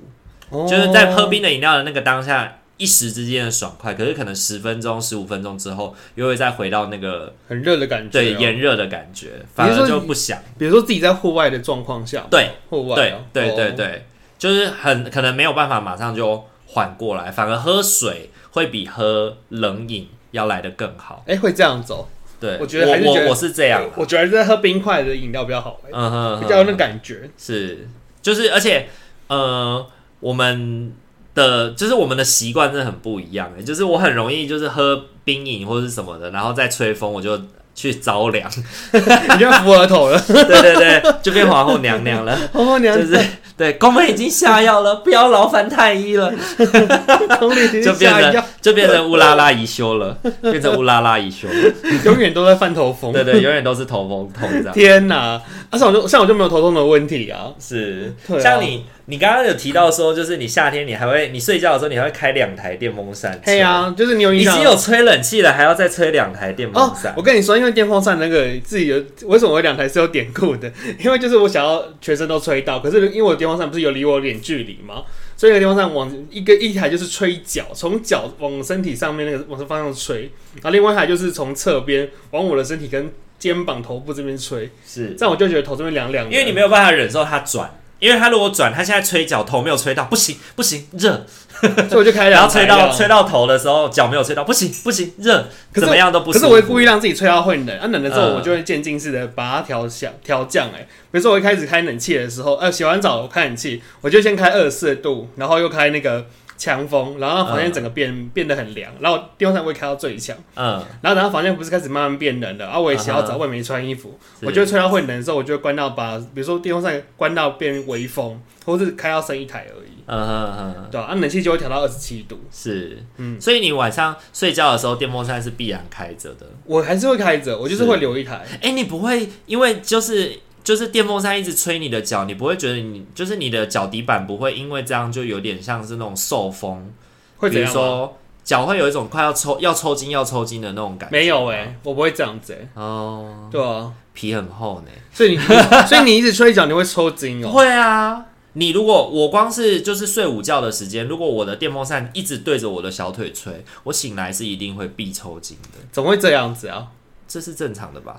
Speaker 2: 哦
Speaker 1: 就是在喝冰的饮料的那个当下，一时之间的爽快，可是可能十分钟、十五分钟之后，又会再回到那个
Speaker 2: 很热的感觉
Speaker 1: 对
Speaker 2: 哦、
Speaker 1: 炎热的感觉，反而就不想。
Speaker 2: 比如说自己在户外的状况下，
Speaker 1: 对，
Speaker 2: 户外
Speaker 1: 对
Speaker 2: 啊、
Speaker 1: 对对
Speaker 2: 哦，
Speaker 1: 对，就是很可能没有办法马上就缓过来，反而喝水会比喝冷饮要来的更好。
Speaker 2: 哎、会这样走、
Speaker 1: 对，
Speaker 2: 我觉得还是
Speaker 1: 我
Speaker 2: 觉得
Speaker 1: 我我是这样啦，啊
Speaker 2: 我觉得在喝冰块的饮料比较好、哎
Speaker 1: 嗯哼，
Speaker 2: 比较有那
Speaker 1: 嗯哼
Speaker 2: 感觉，
Speaker 1: 是，就是而且呃，我们的就是我们的习惯真的很不一样、欸，就是我很容易就是喝冰饮或是什么的，然后再吹风我就。去着凉，
Speaker 2: 你就扶额头了，
Speaker 1: 对对对，就变皇后娘娘 了，
Speaker 2: 哦，你要
Speaker 1: 就是对宫妹已经下药了，不要劳烦太医了，
Speaker 2: 从里
Speaker 1: 就变
Speaker 2: 下
Speaker 1: 成
Speaker 2: 药，
Speaker 1: 就变成乌拉拉一休了，变成乌拉拉一休，
Speaker 2: 永远都在犯 头风。
Speaker 1: 对对，永远都是头风痛 这样。
Speaker 2: 天哪！啊，像我就像我就没有头痛的问题啊，
Speaker 1: 是，
Speaker 2: 对啊
Speaker 1: 像你，你刚刚有提到说，就是你夏天你还会，你睡觉的时候你还会开两台电风扇。
Speaker 2: 嘿啊，就是你有
Speaker 1: 已
Speaker 2: 影响
Speaker 1: 经有吹冷气了，还要再吹两台电风
Speaker 2: 哦
Speaker 1: 扇。。
Speaker 2: 我跟你说，因为电风扇那个自己有，为什么我有两台是有典故的？ 因为就是我想要全身都吹到，可是因为我电风扇不是有离我脸距离吗？所以那个电风扇往一个一台就是吹脚，从脚往身体上面那个往方向吹，然后另外一台就是从侧边往我的身体跟肩膀、头部这边吹，
Speaker 1: 是，
Speaker 2: 这样我就觉得头这边凉凉的。
Speaker 1: 因为你没有办法忍受它转，因为它如果转，它现在吹脚头没有吹到，不行不行热，
Speaker 2: 所以我就开
Speaker 1: 然
Speaker 2: 两
Speaker 1: 后
Speaker 2: 台
Speaker 1: 吹
Speaker 2: 这样，
Speaker 1: 到吹到头的时候脚没有吹到，不行不行热，
Speaker 2: 可是
Speaker 1: 怎么样都不
Speaker 2: 可
Speaker 1: 舒
Speaker 2: 是
Speaker 1: 服。
Speaker 2: 我会故意让自己吹到会冷，啊冷了之后
Speaker 1: 嗯
Speaker 2: 我就会渐进式的把它调降调降。哎、比如说我一开始开冷气的时候，呃，洗完澡我开冷气，我就先开二四度，然后又开那个强风，然后让房间整个变、变得很凉，然后电风扇会开到最强，
Speaker 1: 嗯，
Speaker 2: 然后等到房间不是开始慢慢变冷了，啊，我也洗好
Speaker 1: 嗯
Speaker 2: 澡，
Speaker 1: 哼
Speaker 2: 我也没穿衣服，
Speaker 1: 是
Speaker 2: 我就会吹到会冷的时候，我就会关到把，比如说电风扇关到变微风，或是开到剩一台而已，
Speaker 1: 嗯哼哼哼，
Speaker 2: 对吧、啊？冷气就会调到二十七度，
Speaker 1: 是，
Speaker 2: 嗯
Speaker 1: 所以你晚上睡觉的时候电风扇是必然开着的。
Speaker 2: 我还是会开着，我就是
Speaker 1: 是
Speaker 2: 会留一台。
Speaker 1: 哎、你不会因为就是就是电风扇一直吹你的脚，你不会觉得你就是你的脚底板不会因为这样就有点像是那种受风，
Speaker 2: 会
Speaker 1: 比
Speaker 2: 怎
Speaker 1: 如
Speaker 2: 样吗？
Speaker 1: 说脚会有一种快要抽要抽筋要抽筋的那种感觉。
Speaker 2: 没有哎、我不会这样子哎、
Speaker 1: 哦，
Speaker 2: 对啊，
Speaker 1: 皮很厚呢。
Speaker 2: 所以你 所以你一直吹脚，你会抽筋
Speaker 1: 不
Speaker 2: 哦、
Speaker 1: 会啊，你如果我光是就是睡午觉的时间，如果我的电风扇一直对着我的小腿吹，我醒来是一定会必抽筋的，
Speaker 2: 怎么会这样子啊？
Speaker 1: 这是正常的吧？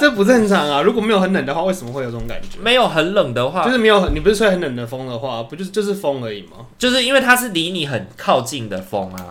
Speaker 2: 这不正常啊！如果没有很冷的话，为什么会有这种感觉？
Speaker 1: 没有很冷的话，
Speaker 2: 就是没有很，你不是吹很冷的风的话，不就是就是风而已吗？
Speaker 1: 就是因为它是离你很靠近的风啊。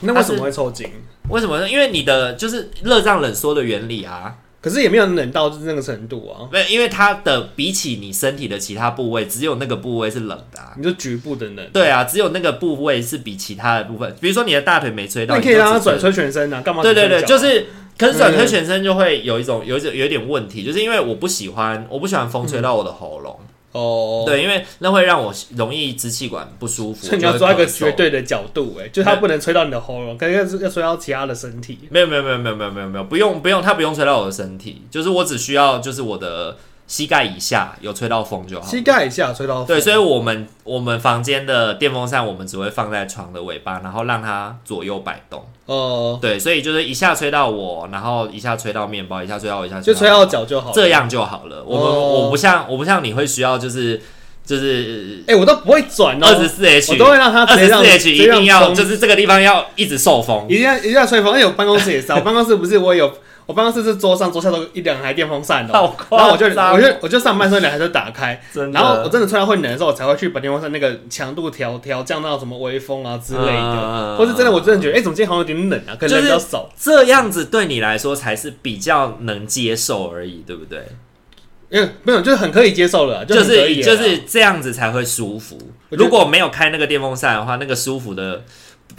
Speaker 2: 那为什么会抽筋？
Speaker 1: 为什么呢？因为你的就是热胀冷缩的原理啊，
Speaker 2: 可是也没有冷到就是那个程度啊，
Speaker 1: 没有，因为它的比起你身体的其他部位，只有那个部位是冷的、啊。
Speaker 2: 你就局部的冷。
Speaker 1: 对啊，只有那个部位是比其他的部分，比如说你的大腿没吹到，
Speaker 2: 那你可以让它
Speaker 1: 就只
Speaker 2: 转吹全身啊，干嘛只
Speaker 1: 对
Speaker 2: 吹
Speaker 1: 对
Speaker 2: 脚
Speaker 1: 对，
Speaker 2: 啊？
Speaker 1: 就是，可是转推
Speaker 2: 嗯
Speaker 1: 全身就会有一种有一种有一点问题，就是因为我不喜欢，我不喜欢风吹到我的喉咙，
Speaker 2: 哦。
Speaker 1: 对，因为那会让我容易支气管不舒服。
Speaker 2: 所以你要
Speaker 1: 就会
Speaker 2: 抓一个
Speaker 1: 咳嗽
Speaker 2: 绝，对的角度、哎，就是它不能吹到你的喉咙，可是要要吹到其他的身体。
Speaker 1: 没有没有没有没有没有没有没有，不用不用，它不用吹到我的身体，就是我只需要就是我的膝盖以下有吹到风就好。
Speaker 2: 膝盖以下吹到
Speaker 1: 对，所
Speaker 2: 以
Speaker 1: 以我们我们房间的电风扇，我们只会放在床的尾巴，然后让它左右摆动。
Speaker 2: 哦、
Speaker 1: 对，所以就是一下吹到我，然后一下吹到面包，一下吹到我，一下
Speaker 2: 就
Speaker 1: 到
Speaker 2: 吹到脚就好了。
Speaker 1: 这样就好了。我们、
Speaker 2: 哦
Speaker 1: 我不像我不像你会需要就是就是
Speaker 2: 哎、我都不会转哦、
Speaker 1: 二十四
Speaker 2: 我
Speaker 1: H，
Speaker 2: 都会让它
Speaker 1: 二
Speaker 2: 直接
Speaker 1: 十
Speaker 2: 让
Speaker 1: 四 H
Speaker 2: 直
Speaker 1: 一
Speaker 2: 接让
Speaker 1: 定要
Speaker 2: 风
Speaker 1: 就是这个地方要一直受风。
Speaker 2: 一定要一定要吹风。而且我办公室也是啊，我办公室不是我有，我办公室是桌上桌下都一两台电风扇的哦、
Speaker 1: 好
Speaker 2: 然后
Speaker 1: 夸
Speaker 2: 我就
Speaker 1: 张，
Speaker 2: 我就我就上班的时候两台都打开，
Speaker 1: 真的
Speaker 2: 然后我真的吹到会冷的时候，我才会去把电风扇那个强度调调降到什么微风啊之类的，
Speaker 1: 嗯
Speaker 2: 或是真的我真的觉得，哎、怎么今天好像有点冷啊？可能
Speaker 1: 就是
Speaker 2: 人比较少。
Speaker 1: 这样子对你来说才是比较能接受而已，对不对？
Speaker 2: 因为没有，就是很可以接受了啊，
Speaker 1: 就
Speaker 2: 很可
Speaker 1: 是
Speaker 2: 以了啊
Speaker 1: 就是这样子才会舒服。
Speaker 2: 我觉
Speaker 1: 如
Speaker 2: 得
Speaker 1: 果没有开那个电风扇的话，那个舒服的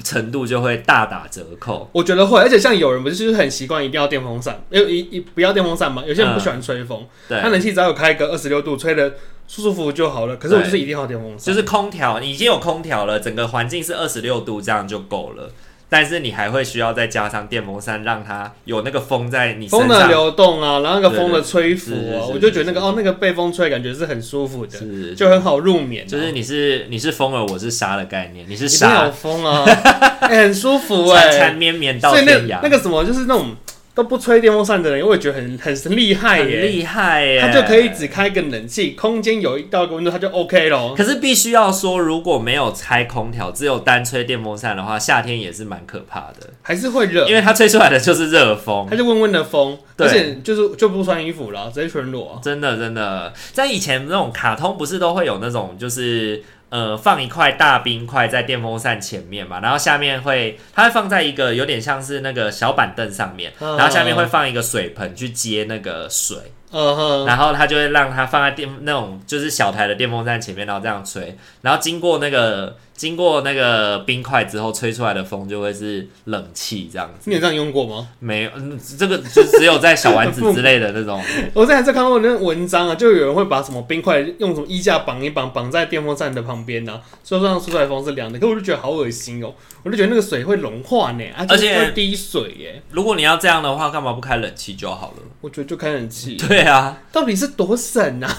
Speaker 1: 程度就会大打折扣。
Speaker 2: 我觉得会，而且像有人不是就是很习惯一定要电风扇，因为一一不要电风扇嘛，有些人不喜欢吹风，
Speaker 1: 对
Speaker 2: 他，冷气只要有开个二十六度，吹的舒舒服服就好了。可是我就是一定要电风
Speaker 1: 就
Speaker 2: 扇，
Speaker 1: 是空调，你已经有空调了，整个环境是二十六度，这样就够了。但是你还会需要再加上电风扇，让它有那个风在你身
Speaker 2: 风的
Speaker 1: 上，
Speaker 2: 流动啊，然后那个风的吹拂
Speaker 1: 对对
Speaker 2: 啊
Speaker 1: 是，是
Speaker 2: 我就觉得那
Speaker 1: 是
Speaker 2: 个
Speaker 1: 是
Speaker 2: 哦，那个被风吹，感觉是很舒服的，
Speaker 1: 是
Speaker 2: 就很好入眠啊。
Speaker 1: 就是你是你是风儿，我是沙的概念，你是
Speaker 2: 一定有
Speaker 1: 沙，
Speaker 2: 风啊， 哎很舒服
Speaker 1: 缠缠
Speaker 2: 哎。
Speaker 1: 绵绵到
Speaker 2: 所以那
Speaker 1: 天涯，
Speaker 2: 那个什么，就是那种都不吹电风扇的人，我也觉得很很很厉害
Speaker 1: 很
Speaker 2: 耶。
Speaker 1: 厉害耶，
Speaker 2: 他就可以只开一个冷气，空间有一到一个温度，他就 OK 咯。
Speaker 1: 可是必须要说，如果没有开空调，只有单吹电风扇的话，夏天也是蛮可怕的，
Speaker 2: 还是会热
Speaker 1: 因，为它吹出来的就是热风
Speaker 2: 他。就温温的风，
Speaker 1: 对
Speaker 2: 而且就是就不穿衣服了，直接全裸啊。
Speaker 1: 真的，真的，在以前那种卡通不是都会有那种，就是呃放一块大冰块在电风扇前面嘛，然后下面会它会放在一个有点像是那个小板凳上面，
Speaker 2: 嗯
Speaker 1: 然后下面会放一个水盆去接那个水，
Speaker 2: 嗯哼，
Speaker 1: 然后它就会让它放在电那种就是小台的电风扇前面，然后这样吹，然后经过那个经过那个冰块之后，吹出来的风就会是冷气这样子。
Speaker 2: 你有这样用过吗？
Speaker 1: 没有，嗯这个就只有在小丸子之类的那种，
Speaker 2: 我之前在看过那个文章啊，就有人会把什么冰块用什么衣架绑一绑，绑在电风扇的旁边啊，所以说让出来风是凉的。可我就觉得好恶心哦，我就觉得那个水会融化呢，啊，
Speaker 1: 而且
Speaker 2: 就是会滴水耶。
Speaker 1: 如果你要这样的话，干嘛不开冷气就好了？
Speaker 2: 我觉得就开冷气，
Speaker 1: 对啊，
Speaker 2: 到底是多省啊？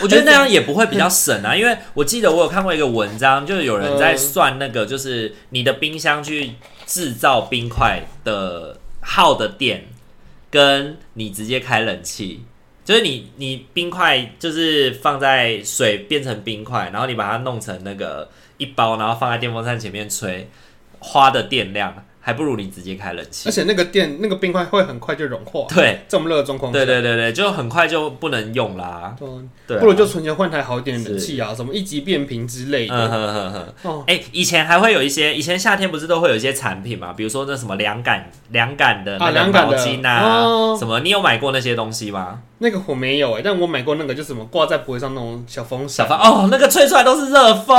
Speaker 1: 我觉得那样也不会比较省啊，因为我记得我有看过一个文章，就是有人在算那个，就是你的冰箱去制造冰块的耗的电，跟你直接开冷气。就是你，你冰块就是放在水变成冰块，然后你把它弄成那个一包，然后放在电风扇前面吹，花的电量还不如你直接开冷气
Speaker 2: 而。且那个电那个冰块会很快就融化，
Speaker 1: 对，
Speaker 2: 这么热的状况下，
Speaker 1: 对对对对，就很快就不能用啦。
Speaker 2: 对啊
Speaker 1: 对啊，
Speaker 2: 不如就存钱换台好一点的冷气啊，什么一级变频之类
Speaker 1: 嗯
Speaker 2: 的。
Speaker 1: 哼哼哼。
Speaker 2: 哦，
Speaker 1: 哎、以前还会有一些，以前夏天不是都会有一些产品嘛，比如说那什么凉感、凉感的那
Speaker 2: 啊
Speaker 1: 个
Speaker 2: 凉感
Speaker 1: 毛
Speaker 2: 的
Speaker 1: 巾啊，
Speaker 2: 哦
Speaker 1: 什么，你有买过那些东西吗？
Speaker 2: 那个我没有哎、但我买过那个，就什么挂在脖子上那种小风
Speaker 1: 小
Speaker 2: 扇，
Speaker 1: 芳哦，那个吹出来都是热风，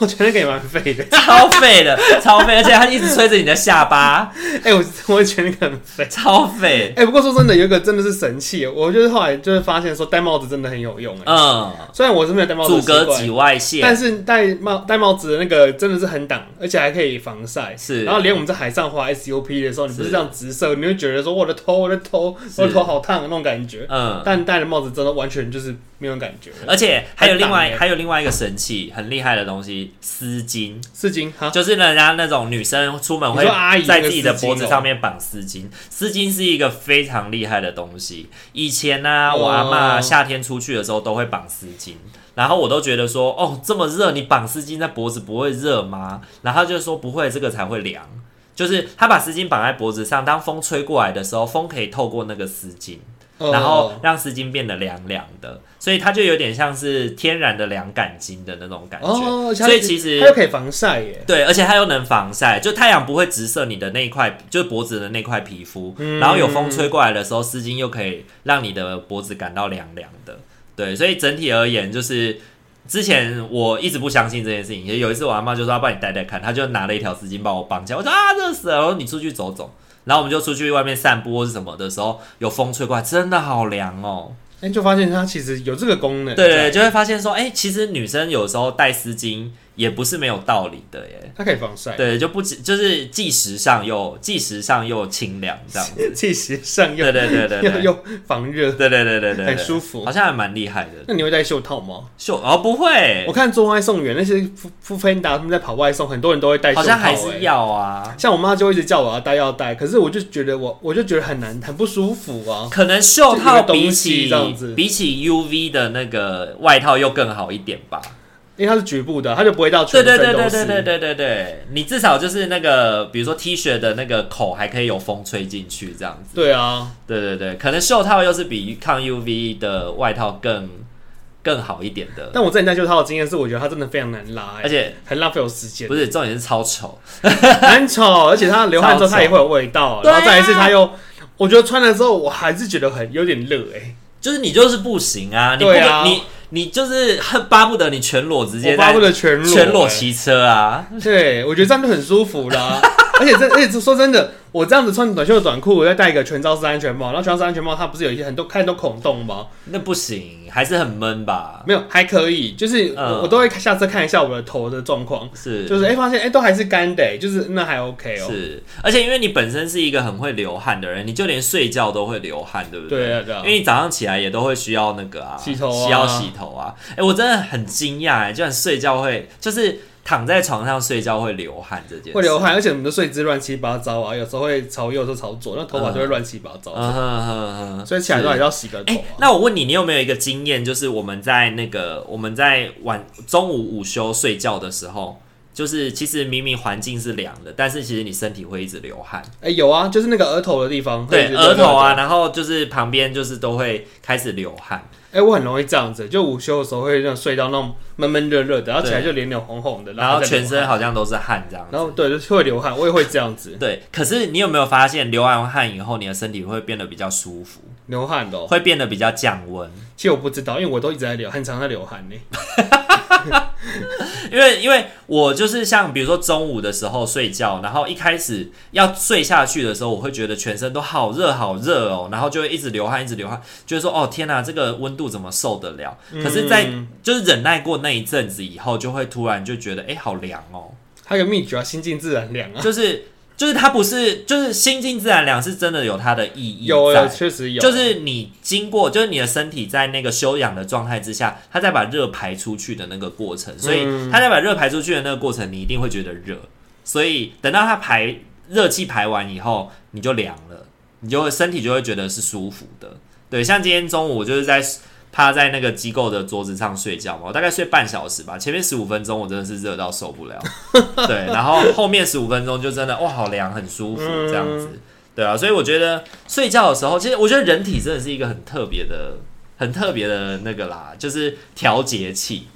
Speaker 2: 我觉得那个也蛮废的。
Speaker 1: 超废的，超废，而且它一直吹着你的下巴，
Speaker 2: 哎、我我也觉得那个很废。
Speaker 1: 超废。
Speaker 2: 哎、不过说真的，有一个真的是神器，我就是后来就是发现说戴帽子真的很有用哎、
Speaker 1: 嗯，
Speaker 2: 虽然我是没有戴帽子
Speaker 1: 阻
Speaker 2: 的习
Speaker 1: 隔
Speaker 2: 惯，
Speaker 1: 脊外线
Speaker 2: 但是戴帽戴帽子的那个真的是很挡，而且还可以防晒。
Speaker 1: 是
Speaker 2: 然后连我们在海上滑 SUP 的时候，你不是
Speaker 1: 是
Speaker 2: 这样直射，你会觉得说我的头我的头
Speaker 1: 是
Speaker 2: 我的头好烫那种感觉。
Speaker 1: 嗯，
Speaker 2: 但戴了帽子真的完全就是没有感觉。
Speaker 1: 而且还有另
Speaker 2: 很挡
Speaker 1: 外
Speaker 2: 欸
Speaker 1: 还有另外一个神器，很厉害的东西，丝巾。
Speaker 2: 丝巾哈，
Speaker 1: 就是人家那种女生出门会
Speaker 2: 你说阿姨
Speaker 1: 在自己的脖子上面绑丝巾，丝巾是一个非常厉害的东西。以前呢、
Speaker 2: 哦
Speaker 1: 我阿嬷夏天出去的时候都会绑丝巾，然后我都觉得说，哦，这么热，你绑丝巾在脖子不会热吗？然后她就说不会，这个才会凉。就是她把丝巾绑在脖子上，当风吹过来的时候，风可以透过那个丝巾，
Speaker 2: 呃
Speaker 1: 然后让丝巾变得凉凉的，所以它就有点像是天然的凉感巾的那种感觉。
Speaker 2: 哦，而且它
Speaker 1: 所以其实
Speaker 2: 它又可以防晒耶。
Speaker 1: 对，而且它又能防晒，就太阳不会直射你的那一块，就是脖子的那块皮肤，然后有风吹过来的时候，丝巾又可以让你的脖子感到凉凉的。对，所以整体而言，就是之前我一直不相信这件事情，也有一次我阿妈就说要帮你戴戴看，她就拿了一条丝巾把我绑起来，我说啊热死了，我说你出去走走。然后我们就出去外面散步或是什么的时候，有风吹过来，真的好凉哦。
Speaker 2: 哎，就发现它其实有这个功能。
Speaker 1: 对对，对，就会发现说，哎、其实女生有时候戴丝巾也不是没有道理的耶。
Speaker 2: 它可以防晒，
Speaker 1: 对，就不止就是既时尚又既时尚又清凉这样。
Speaker 2: 气时尚 又
Speaker 1: 对对对对
Speaker 2: 又
Speaker 1: 对。
Speaker 2: 又防热，
Speaker 1: 对对对对对，
Speaker 2: 很舒服
Speaker 1: 好像还蛮厉害的。
Speaker 2: 那你会戴袖套吗？
Speaker 1: 秀哦不会
Speaker 2: 我，看做外送员那些付付费达他们在跑外送，很多人都会戴
Speaker 1: 好
Speaker 2: 袖套、欸，
Speaker 1: 像还是要啊。
Speaker 2: 像我妈就一直叫我要戴要戴，可是我就觉得我我就觉得很难，很不舒服啊。
Speaker 1: 可能袖
Speaker 2: 就有
Speaker 1: 套
Speaker 2: 个东
Speaker 1: 比
Speaker 2: 西
Speaker 1: 起
Speaker 2: 这样子
Speaker 1: 比起 UV 的那个外套又更好一点吧？
Speaker 2: 因为它是局部的，它就不会到啊全
Speaker 1: 对对
Speaker 2: 身都
Speaker 1: 对对
Speaker 2: 是。
Speaker 1: 对对对对对，你至少就是那个，比如说 T 恤的那个口还可以有风吹进去这样子。
Speaker 2: 对啊，
Speaker 1: 对对对，可能袖套又是比抗 UV 的外套更更好一点的，
Speaker 2: 但我之前戴袖套的经验是，我觉得它真的非常难拉、
Speaker 1: 而
Speaker 2: 欸，
Speaker 1: 且
Speaker 2: 很浪费我时间
Speaker 1: 不，是重点是超丑，
Speaker 2: 很丑，而且它流汗之后它也会有味道，
Speaker 1: 对
Speaker 2: 然
Speaker 1: 啊
Speaker 2: 后再一次它又，我觉得穿了之后我还是觉得很有点热哎、
Speaker 1: 就是你就是不行啊，你不
Speaker 2: 对啊
Speaker 1: 你你就是恨巴不得你全裸直
Speaker 2: 我
Speaker 1: 接
Speaker 2: 巴
Speaker 1: 在
Speaker 2: 不得全裸、
Speaker 1: 全裸
Speaker 2: 欸
Speaker 1: 骑车啊，
Speaker 2: 对，我觉得这样就很舒服啦。而且真，而且说真的，我这样子穿短袖短裤，我再戴一个全罩式安全帽，然后全罩式安全帽它不是有一些很多看都孔洞吗？
Speaker 1: 那不行，还是很闷吧？
Speaker 2: 没有，还可以，就是我,、
Speaker 1: 嗯
Speaker 2: 我都会下次看一下我的头的状况，
Speaker 1: 是，
Speaker 2: 就是哎、发现哎、都还是干的、哎就是那还 OK 哦、
Speaker 1: 是，而且因为你本身是一个很会流汗的人，你就连睡觉都会流汗，对不
Speaker 2: 对啊对啊
Speaker 1: 因为你早上起来也都会需要那个啊，
Speaker 2: 洗头啊
Speaker 1: 需要洗头啊。哎、我真的很惊讶哎，居然睡觉会，就是躺在床上睡觉会流汗这件事，
Speaker 2: 会流。汗，而且我们的睡姿乱七八糟啊，有时候会朝右，有时候朝左，那头发就会乱七八糟，
Speaker 1: 嗯哼哼哼，
Speaker 2: 所以起来都还
Speaker 1: 是
Speaker 2: 是要洗个头
Speaker 1: 哎、
Speaker 2: 啊。
Speaker 1: 那我问你，你有没有一个经验，就是我们在那个我们在晚中午午休睡觉的时候，就是其实明明环境是凉的，但是其实你身体会一直流汗。
Speaker 2: 哎、有啊，就是那个额头的地方，
Speaker 1: 对，额头。啊，然后就是旁边就是都会开始流汗，
Speaker 2: 哎、我很容易这样子，就午休的时候会那种睡到那种闷闷热热的，然后起来
Speaker 1: 对
Speaker 2: 就脸脸红红的，
Speaker 1: 然后
Speaker 2: 再流
Speaker 1: 全身
Speaker 2: 汗，
Speaker 1: 好像都是汗这样
Speaker 2: 然后
Speaker 1: 子。
Speaker 2: 对，就是会流汗，我也会这样子
Speaker 1: 对，可是你有没有发现流完汗以后，你的身体会变得比较舒服，
Speaker 2: 流汗的、哦。
Speaker 1: 会变得比较降温？
Speaker 2: 其实我不知道，因为我都一直在流，很常在流汗呢。
Speaker 1: 因为因为我就是像比如说中午的时候睡觉，然后一开始要睡下去的时候，我会觉得全身都好热好热哦，然后就会一直流汗一直流汗，就是说哦天哪、这个温度怎么受得了？可是在，
Speaker 2: 嗯
Speaker 1: 就是忍耐过那一阵子以后，就会突然就觉得哎、好凉哦，
Speaker 2: 还有个秘诀啊，心静自然凉啊，
Speaker 1: 就是就是它不是就是心静自然凉是真的有它的意义
Speaker 2: 有有
Speaker 1: 在。
Speaker 2: 确实有，
Speaker 1: 就是你经过，就是你的身体在那个休养的状态之下，它在把热排出去的那个过程，所以它在把热排出去的那个过程，你一定会觉得热。所以等到它排热气排完以后，你就凉了，你就会身体就会觉得是舒服的。对，像今天中午我就是在趴在那个机构的桌子上睡觉嘛，我大概睡半小时吧，前面十五分钟我真的是热到受不了， 对，然后后面十五分钟就真的哇好凉，很舒服
Speaker 2: 嗯
Speaker 1: 这样子，对啊，所以我觉得睡觉的时候，其实我觉得人体真的是一个很特别的、很特别的那个啦，就是调节器，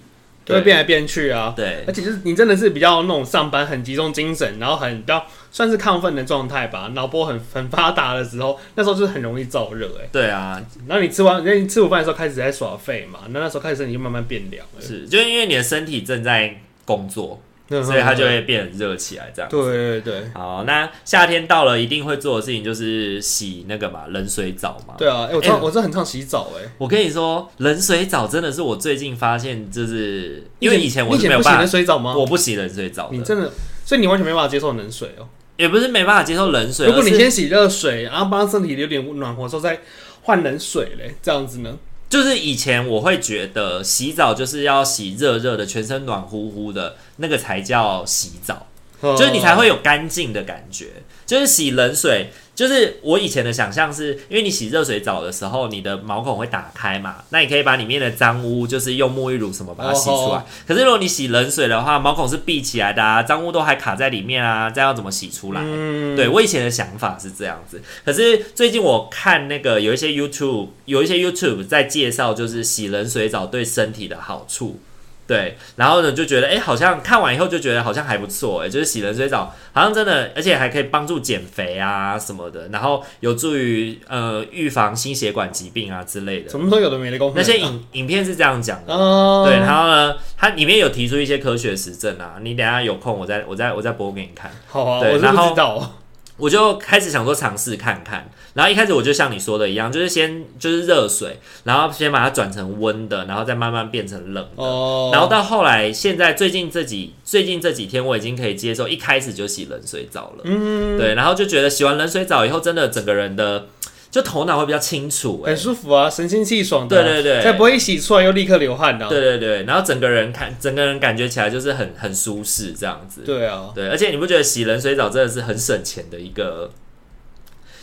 Speaker 2: 就会变来变去啊。
Speaker 1: 对
Speaker 2: 而且就是你真的是比较那种上班很集中精神，然后很比较算是亢奋的状态吧，脑波很很发达的时候，那时候就是很容易燥热哎。
Speaker 1: 对啊，
Speaker 2: 然后你吃完，那你吃午饭的时候开始在耍废嘛，那那时候开始身体就慢慢变凉了，
Speaker 1: 是，就是因为你的身体正在工作，
Speaker 2: 嗯
Speaker 1: 所以它就会变得热起来，这样。
Speaker 2: 对对对
Speaker 1: 好，那夏天到了，一定会做的事情就是洗那个嘛冷水澡嘛。
Speaker 2: 对啊！哎、我
Speaker 1: 哎
Speaker 2: 常、我真的很常洗澡哎、
Speaker 1: 我跟你说，冷水澡真的是我最近发现，就是因为以前我
Speaker 2: 你以
Speaker 1: 是
Speaker 2: 前
Speaker 1: 没有
Speaker 2: 不洗
Speaker 1: 办
Speaker 2: 冷
Speaker 1: 法，
Speaker 2: 水澡吗？
Speaker 1: 我不洗冷水澡
Speaker 2: 你
Speaker 1: 的，
Speaker 2: 真的，所以你完全没办法接受冷水哦、
Speaker 1: 也不是没办法接受冷水。
Speaker 2: 如果你
Speaker 1: 而是
Speaker 2: 先洗热水，然后帮身体留点暖和之后再换冷水嘞，这样子呢？
Speaker 1: 就是以前我会觉得洗澡就是要洗热热的，全身暖乎乎的，那个才叫洗澡，就是你才会有干净的感觉。就是洗冷水，就是我以前的想象是，因为你洗热水澡的时候，你的毛孔会打开嘛，那你可以把里面的脏污，就是用沐浴乳什么把它洗出来。
Speaker 2: 哦
Speaker 1: 可是如果你洗冷水的话，毛孔是闭起来的啊，脏污都还卡在里面啊，这样要怎么洗出来？
Speaker 2: 嗯，
Speaker 1: 对我以前的想法是这样子，可是最近我看那个有一些 YouTube 有一些 YouTube 在介绍，就是洗冷水澡对身体的好处。对，然后呢就觉得，哎，好像看完以后就觉得好像还不错，哎，就是洗冷水澡，好像真的，而且还可以帮助减肥啊什么的，然后有助于呃预防心血管疾病啊之类的
Speaker 2: 什。么时候有的没的功能啊？
Speaker 1: 那些影影片是这样讲的，
Speaker 2: 哦，
Speaker 1: 对，然后呢，它里面有提出一些科学实证啊，你等一下有空我再我再我再播给你看。
Speaker 2: 好啊，
Speaker 1: 对
Speaker 2: 我是
Speaker 1: 然
Speaker 2: 不
Speaker 1: 后
Speaker 2: 知道。
Speaker 1: 我就开始想说尝试看看，然后一开始我就像你说的一样，就是先就是热水，然后先把它转成温的，然后再慢慢变成冷的，
Speaker 2: 哦，
Speaker 1: 然后到后来现在最近这几最近这几天我已经可以接受一开始就洗冷水澡了，嗯，对，然后就觉得洗完冷水澡以后，真的整个人的就头脑会比较清楚、欸，
Speaker 2: 很舒服啊，神清气爽
Speaker 1: 对
Speaker 2: 的啊，
Speaker 1: 对对，
Speaker 2: 才不会一洗出来又立刻流汗的啊。
Speaker 1: 对对对，然后整个人看整个人感觉起来就是很很舒适这样子，
Speaker 2: 对啊，
Speaker 1: 对，而且你不觉得洗冷水澡真的是很省钱的一个，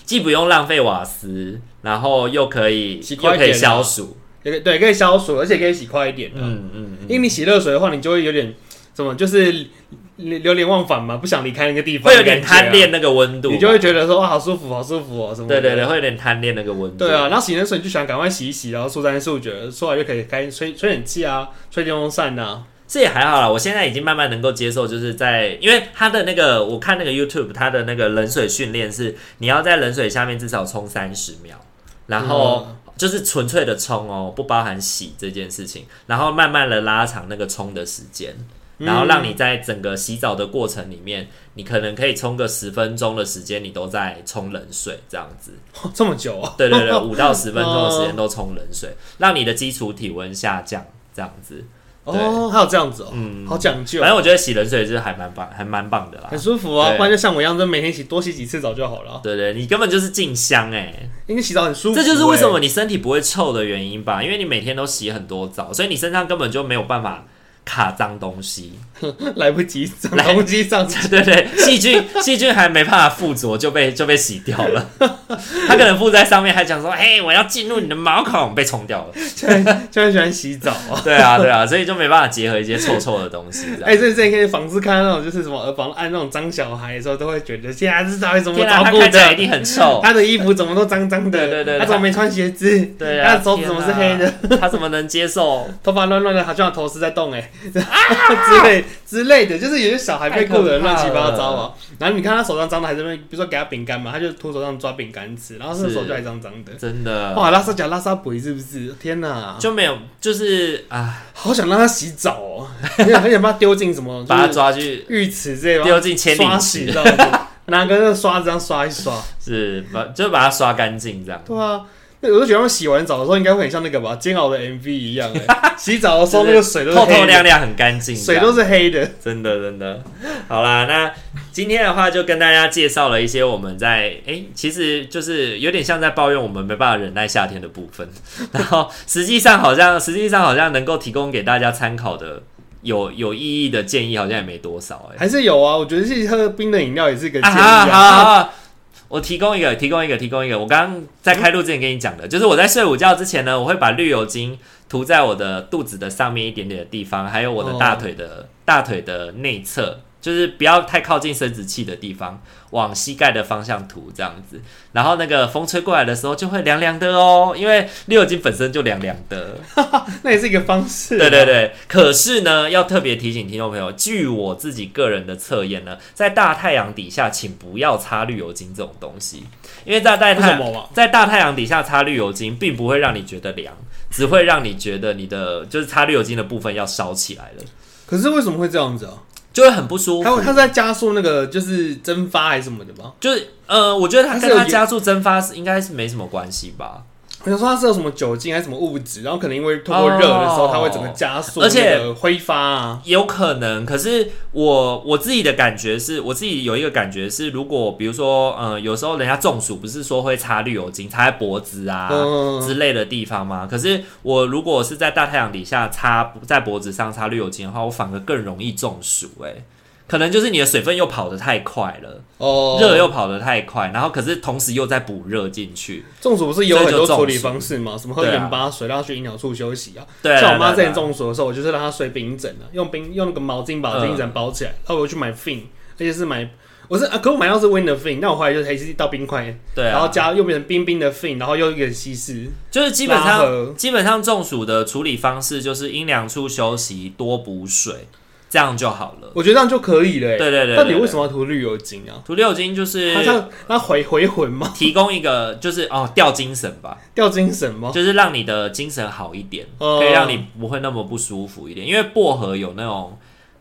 Speaker 1: 既不用浪费瓦斯，然后又可以、
Speaker 2: 洗快
Speaker 1: 又
Speaker 2: 一
Speaker 1: 可
Speaker 2: 点啊
Speaker 1: 以消暑。
Speaker 2: 也可以对可以消暑，而且可以洗快一点的啊。
Speaker 1: 嗯嗯嗯，
Speaker 2: 因为你洗热水的话，你就会有点怎么，就是流流连忘返嘛，不想离开那个地方，
Speaker 1: 会有点贪，恋那个温度，
Speaker 2: 啊你就会觉得说哇，好舒服，好舒服哦，什么的
Speaker 1: 对对对，。会有点贪恋那个温度。
Speaker 2: 对啊，，然后洗冷水你就想赶快洗一洗，然后速战速决，出来就可以开吹吹冷气啊，吹电风扇啊呐、
Speaker 1: 这也还好啦。我现在已经慢慢能够接受，就是在因为它的那个，我看那个 YouTube 它的那个冷水训练是，你要在冷水下面至少冲三十秒，然后。就是纯粹的冲哦，不包含洗这件事情，然后慢慢的拉长那个冲的时间，然后让你在整个洗澡的过程里面，你可能可以冲个十分钟的时间，你都在冲冷水这样子。
Speaker 2: 哦这么久啊？
Speaker 1: 对对对，五到十分钟的时间都冲冷水，让你的基础体温下降这样子。
Speaker 2: 哦，还有这样子哦，
Speaker 1: 嗯
Speaker 2: 好讲究
Speaker 1: 反，正我觉得洗冷水就是还蛮棒，还蛮棒的啦
Speaker 2: 很。舒服啊。
Speaker 1: 对
Speaker 2: 不然就像我一样，就每天洗多洗几次澡就好了啊。
Speaker 1: 对对，你根本就是静香哎、
Speaker 2: 因为洗澡很舒服欸，
Speaker 1: 这就是为什么你身体不会臭的原因吧？因为你每天都洗很多澡，所以你身上根本就没有办法卡脏东西。
Speaker 2: 来不及长东西上，
Speaker 1: 对对，细菌细菌还没办法附着就被就被洗掉 了，它可能附在上面，还想说，嘿，我要进入你的毛孔，被冲掉了。
Speaker 2: 就很喜欢洗澡啊。
Speaker 1: 对啊对啊，所以就没办法结合一些臭臭的东西。这样
Speaker 2: 哎，这这可以仿制看那种，就是什么呃仿按那种脏小孩的时候，都会觉得现在这到底怎么
Speaker 1: 天啊，
Speaker 2: 照
Speaker 1: 它
Speaker 2: 顾
Speaker 1: 看起来一
Speaker 2: 的？
Speaker 1: 定很臭。
Speaker 2: 他的衣服怎么都脏脏的？
Speaker 1: 对对对
Speaker 2: 他怎么没穿鞋子？
Speaker 1: 对啊，
Speaker 2: 他的手指怎么是黑的？
Speaker 1: 的？他怎么能接受？
Speaker 2: 头发乱乱的，好像有头丝在动哎、 之类之类的，就是有些小孩被顾得乱七八糟啊。然后你看他手上脏的，还在那边，比如说给他饼干嘛，他就徒手上抓饼干吃，然后他的手
Speaker 1: 是
Speaker 2: 就还脏脏的。
Speaker 1: 真的
Speaker 2: 哇，拉萨脚拉萨鬼是不是？天哪，
Speaker 1: 就没有，就是啊，
Speaker 2: 好想让他洗澡哦， 很想很想把他丢进什么，
Speaker 1: 把他
Speaker 2: 就是
Speaker 1: 抓去
Speaker 2: 浴池之类的，
Speaker 1: 丢进千
Speaker 2: 刷
Speaker 1: 里
Speaker 2: 洗
Speaker 1: 池，
Speaker 2: 到的，拿根那刷子这样刷一刷。
Speaker 1: 是把就把它刷干净这样。
Speaker 2: 对啊，那我就觉得他们洗完澡的时候应该会很像那个吧，煎熬的 MV 一样哎、洗澡的时候那个水都是
Speaker 1: 透
Speaker 2: 黑
Speaker 1: 透
Speaker 2: 的
Speaker 1: 亮亮，很干净这
Speaker 2: 水
Speaker 1: 样，
Speaker 2: 都是黑的。
Speaker 1: 真的真的。好啦，那今天的话就跟大家介绍了一些我们在诶，其实就是有点像在抱怨我们没办法忍耐夏天的部分， 然后实际上好像实际上好像能够提供给大家参考的有有意义的建议好像也没多少哎、
Speaker 2: 还是有啊，我觉得是喝冰的饮料也是一个建议
Speaker 1: 啊好
Speaker 2: 啊。
Speaker 1: 好好我提供一个，提供一个，提供一个。我刚刚在开录之前跟你讲的，就是我在睡午觉之前呢，我会把绿油精涂在我的肚子的上面一点点的地方，还有我的大腿的、大腿的内侧，就是不要太靠近生殖器的地方，往膝盖的方向涂这样子。然后那个风吹过来的时候就会凉凉的哦，因为绿油精本身就凉凉的。
Speaker 2: 那也是一啊个方式。
Speaker 1: 对对，对，可是呢，要特别提醒听众朋友，据我自己个人的测验呢，在大太阳底下，请不要擦绿油精这种东西，因为在大
Speaker 2: 为什
Speaker 1: 太
Speaker 2: 么嘛？
Speaker 1: 在大太阳底下擦绿油精，并不会让你觉得凉，只会让你觉得你的就是擦绿油精的部分要烧起来了，
Speaker 2: 可是为什么会这样子啊？
Speaker 1: 就会很不舒
Speaker 2: 它
Speaker 1: 服。
Speaker 2: 它是在加速那个就是蒸发还是什么的吗？
Speaker 1: 就是呃，我觉得它
Speaker 2: 它是
Speaker 1: 跟
Speaker 2: 有
Speaker 1: 它
Speaker 2: 研
Speaker 1: 加速蒸发是应该是没什么关系吧。
Speaker 2: 我想说它是有什么酒精还是什么物质，然后可能因为通过热的时候，它会整个加速，
Speaker 1: 哦而且
Speaker 2: 挥发啊。
Speaker 1: 有可能，可是我我自己的感觉是，我自己有一个感觉是，如果比如说，呃，有时候人家中暑不是说会擦绿油精，擦在脖子啊、
Speaker 2: 嗯，
Speaker 1: 之类的地方吗？可是我如果是在大太阳底下擦在脖子上擦绿油精的话，我反而更容易中暑、欸。诶，可能就是你的水分又跑得太快了，
Speaker 2: 哦，
Speaker 1: 热、又跑得太快，然后可是同时又在补热进去。
Speaker 2: 中暑不是有很
Speaker 1: 所
Speaker 2: 多
Speaker 1: 以就中暑
Speaker 2: 处理方式吗？什么喝
Speaker 1: 对啊
Speaker 2: 盐巴水，让它去营养处休息啊。
Speaker 1: 对啊，
Speaker 2: 像我妈之
Speaker 1: 对啊
Speaker 2: 前中暑的时候，我就是让她睡冰枕啊，用冰用那个毛巾把
Speaker 1: 嗯
Speaker 2: 冰枕包起来，然后我去买 fin，而且是买我是啊，可我买到是 win 的 fin，那我后来就还是一道冰块，
Speaker 1: 对啊，
Speaker 2: 然后加又变成冰冰的 fin，然后又一个稀释，
Speaker 1: 就是基本
Speaker 2: 拉合
Speaker 1: 上基本上中暑的处理方式就是阴凉处休息，多补水，这样就好了。
Speaker 2: 我觉得这样就可以了欸、
Speaker 1: 对对对，
Speaker 2: 到底为什
Speaker 1: 么
Speaker 2: 么要涂绿油精啊？
Speaker 1: 涂六精就是
Speaker 2: 它像它回回魂吗？
Speaker 1: 提供一个就是哦掉精神吧，
Speaker 2: 掉精神吗？
Speaker 1: 就是让你的精神好一点，
Speaker 2: 哦
Speaker 1: 可以让你不会那么不舒服一点，因为薄荷有那种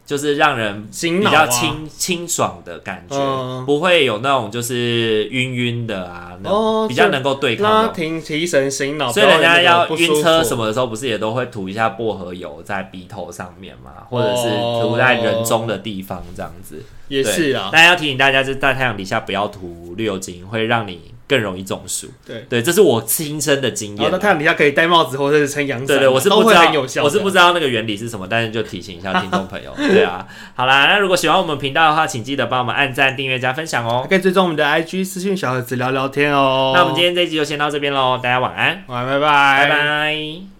Speaker 1: 就是让人。
Speaker 2: 醒
Speaker 1: 比
Speaker 2: 脑
Speaker 1: 较
Speaker 2: 啊！
Speaker 1: 清清爽的感觉
Speaker 2: 嗯，
Speaker 1: 不会有那种就是晕晕的啊，那种
Speaker 2: 哦
Speaker 1: 比较能够对抗那
Speaker 2: 拉
Speaker 1: 种。
Speaker 2: 停提神醒脑，
Speaker 1: 所以人家要晕车什
Speaker 2: 么
Speaker 1: 么的时候，不是也都会涂一下薄荷油在鼻头上面嘛，或者是涂在人中的地方这样子。
Speaker 2: 哦也是啊，
Speaker 1: 但要提醒大家，就是在太阳底下不要涂绿油精，会让你更容易中暑。
Speaker 2: 对。
Speaker 1: 对，这是我亲身的经
Speaker 2: 然后
Speaker 1: 验
Speaker 2: 在。太阳底下可以戴帽子或者是撑阳伞，啊
Speaker 1: 对对，我是
Speaker 2: 都
Speaker 1: 不知
Speaker 2: 会
Speaker 1: 道
Speaker 2: 很有效，的。
Speaker 1: 我是不知道那个原理是什么，但是就提醒一下听众朋友。对啊，好啦，那如果喜欢我们频道的话，请记得帮我们按赞、订阅、加分享哦。
Speaker 2: 可以追踪我们的 IG 私讯小盒子聊聊天哦。
Speaker 1: 那我们今天这一集就先到这边喽，大家晚安，
Speaker 2: 晚安，拜
Speaker 1: 拜拜。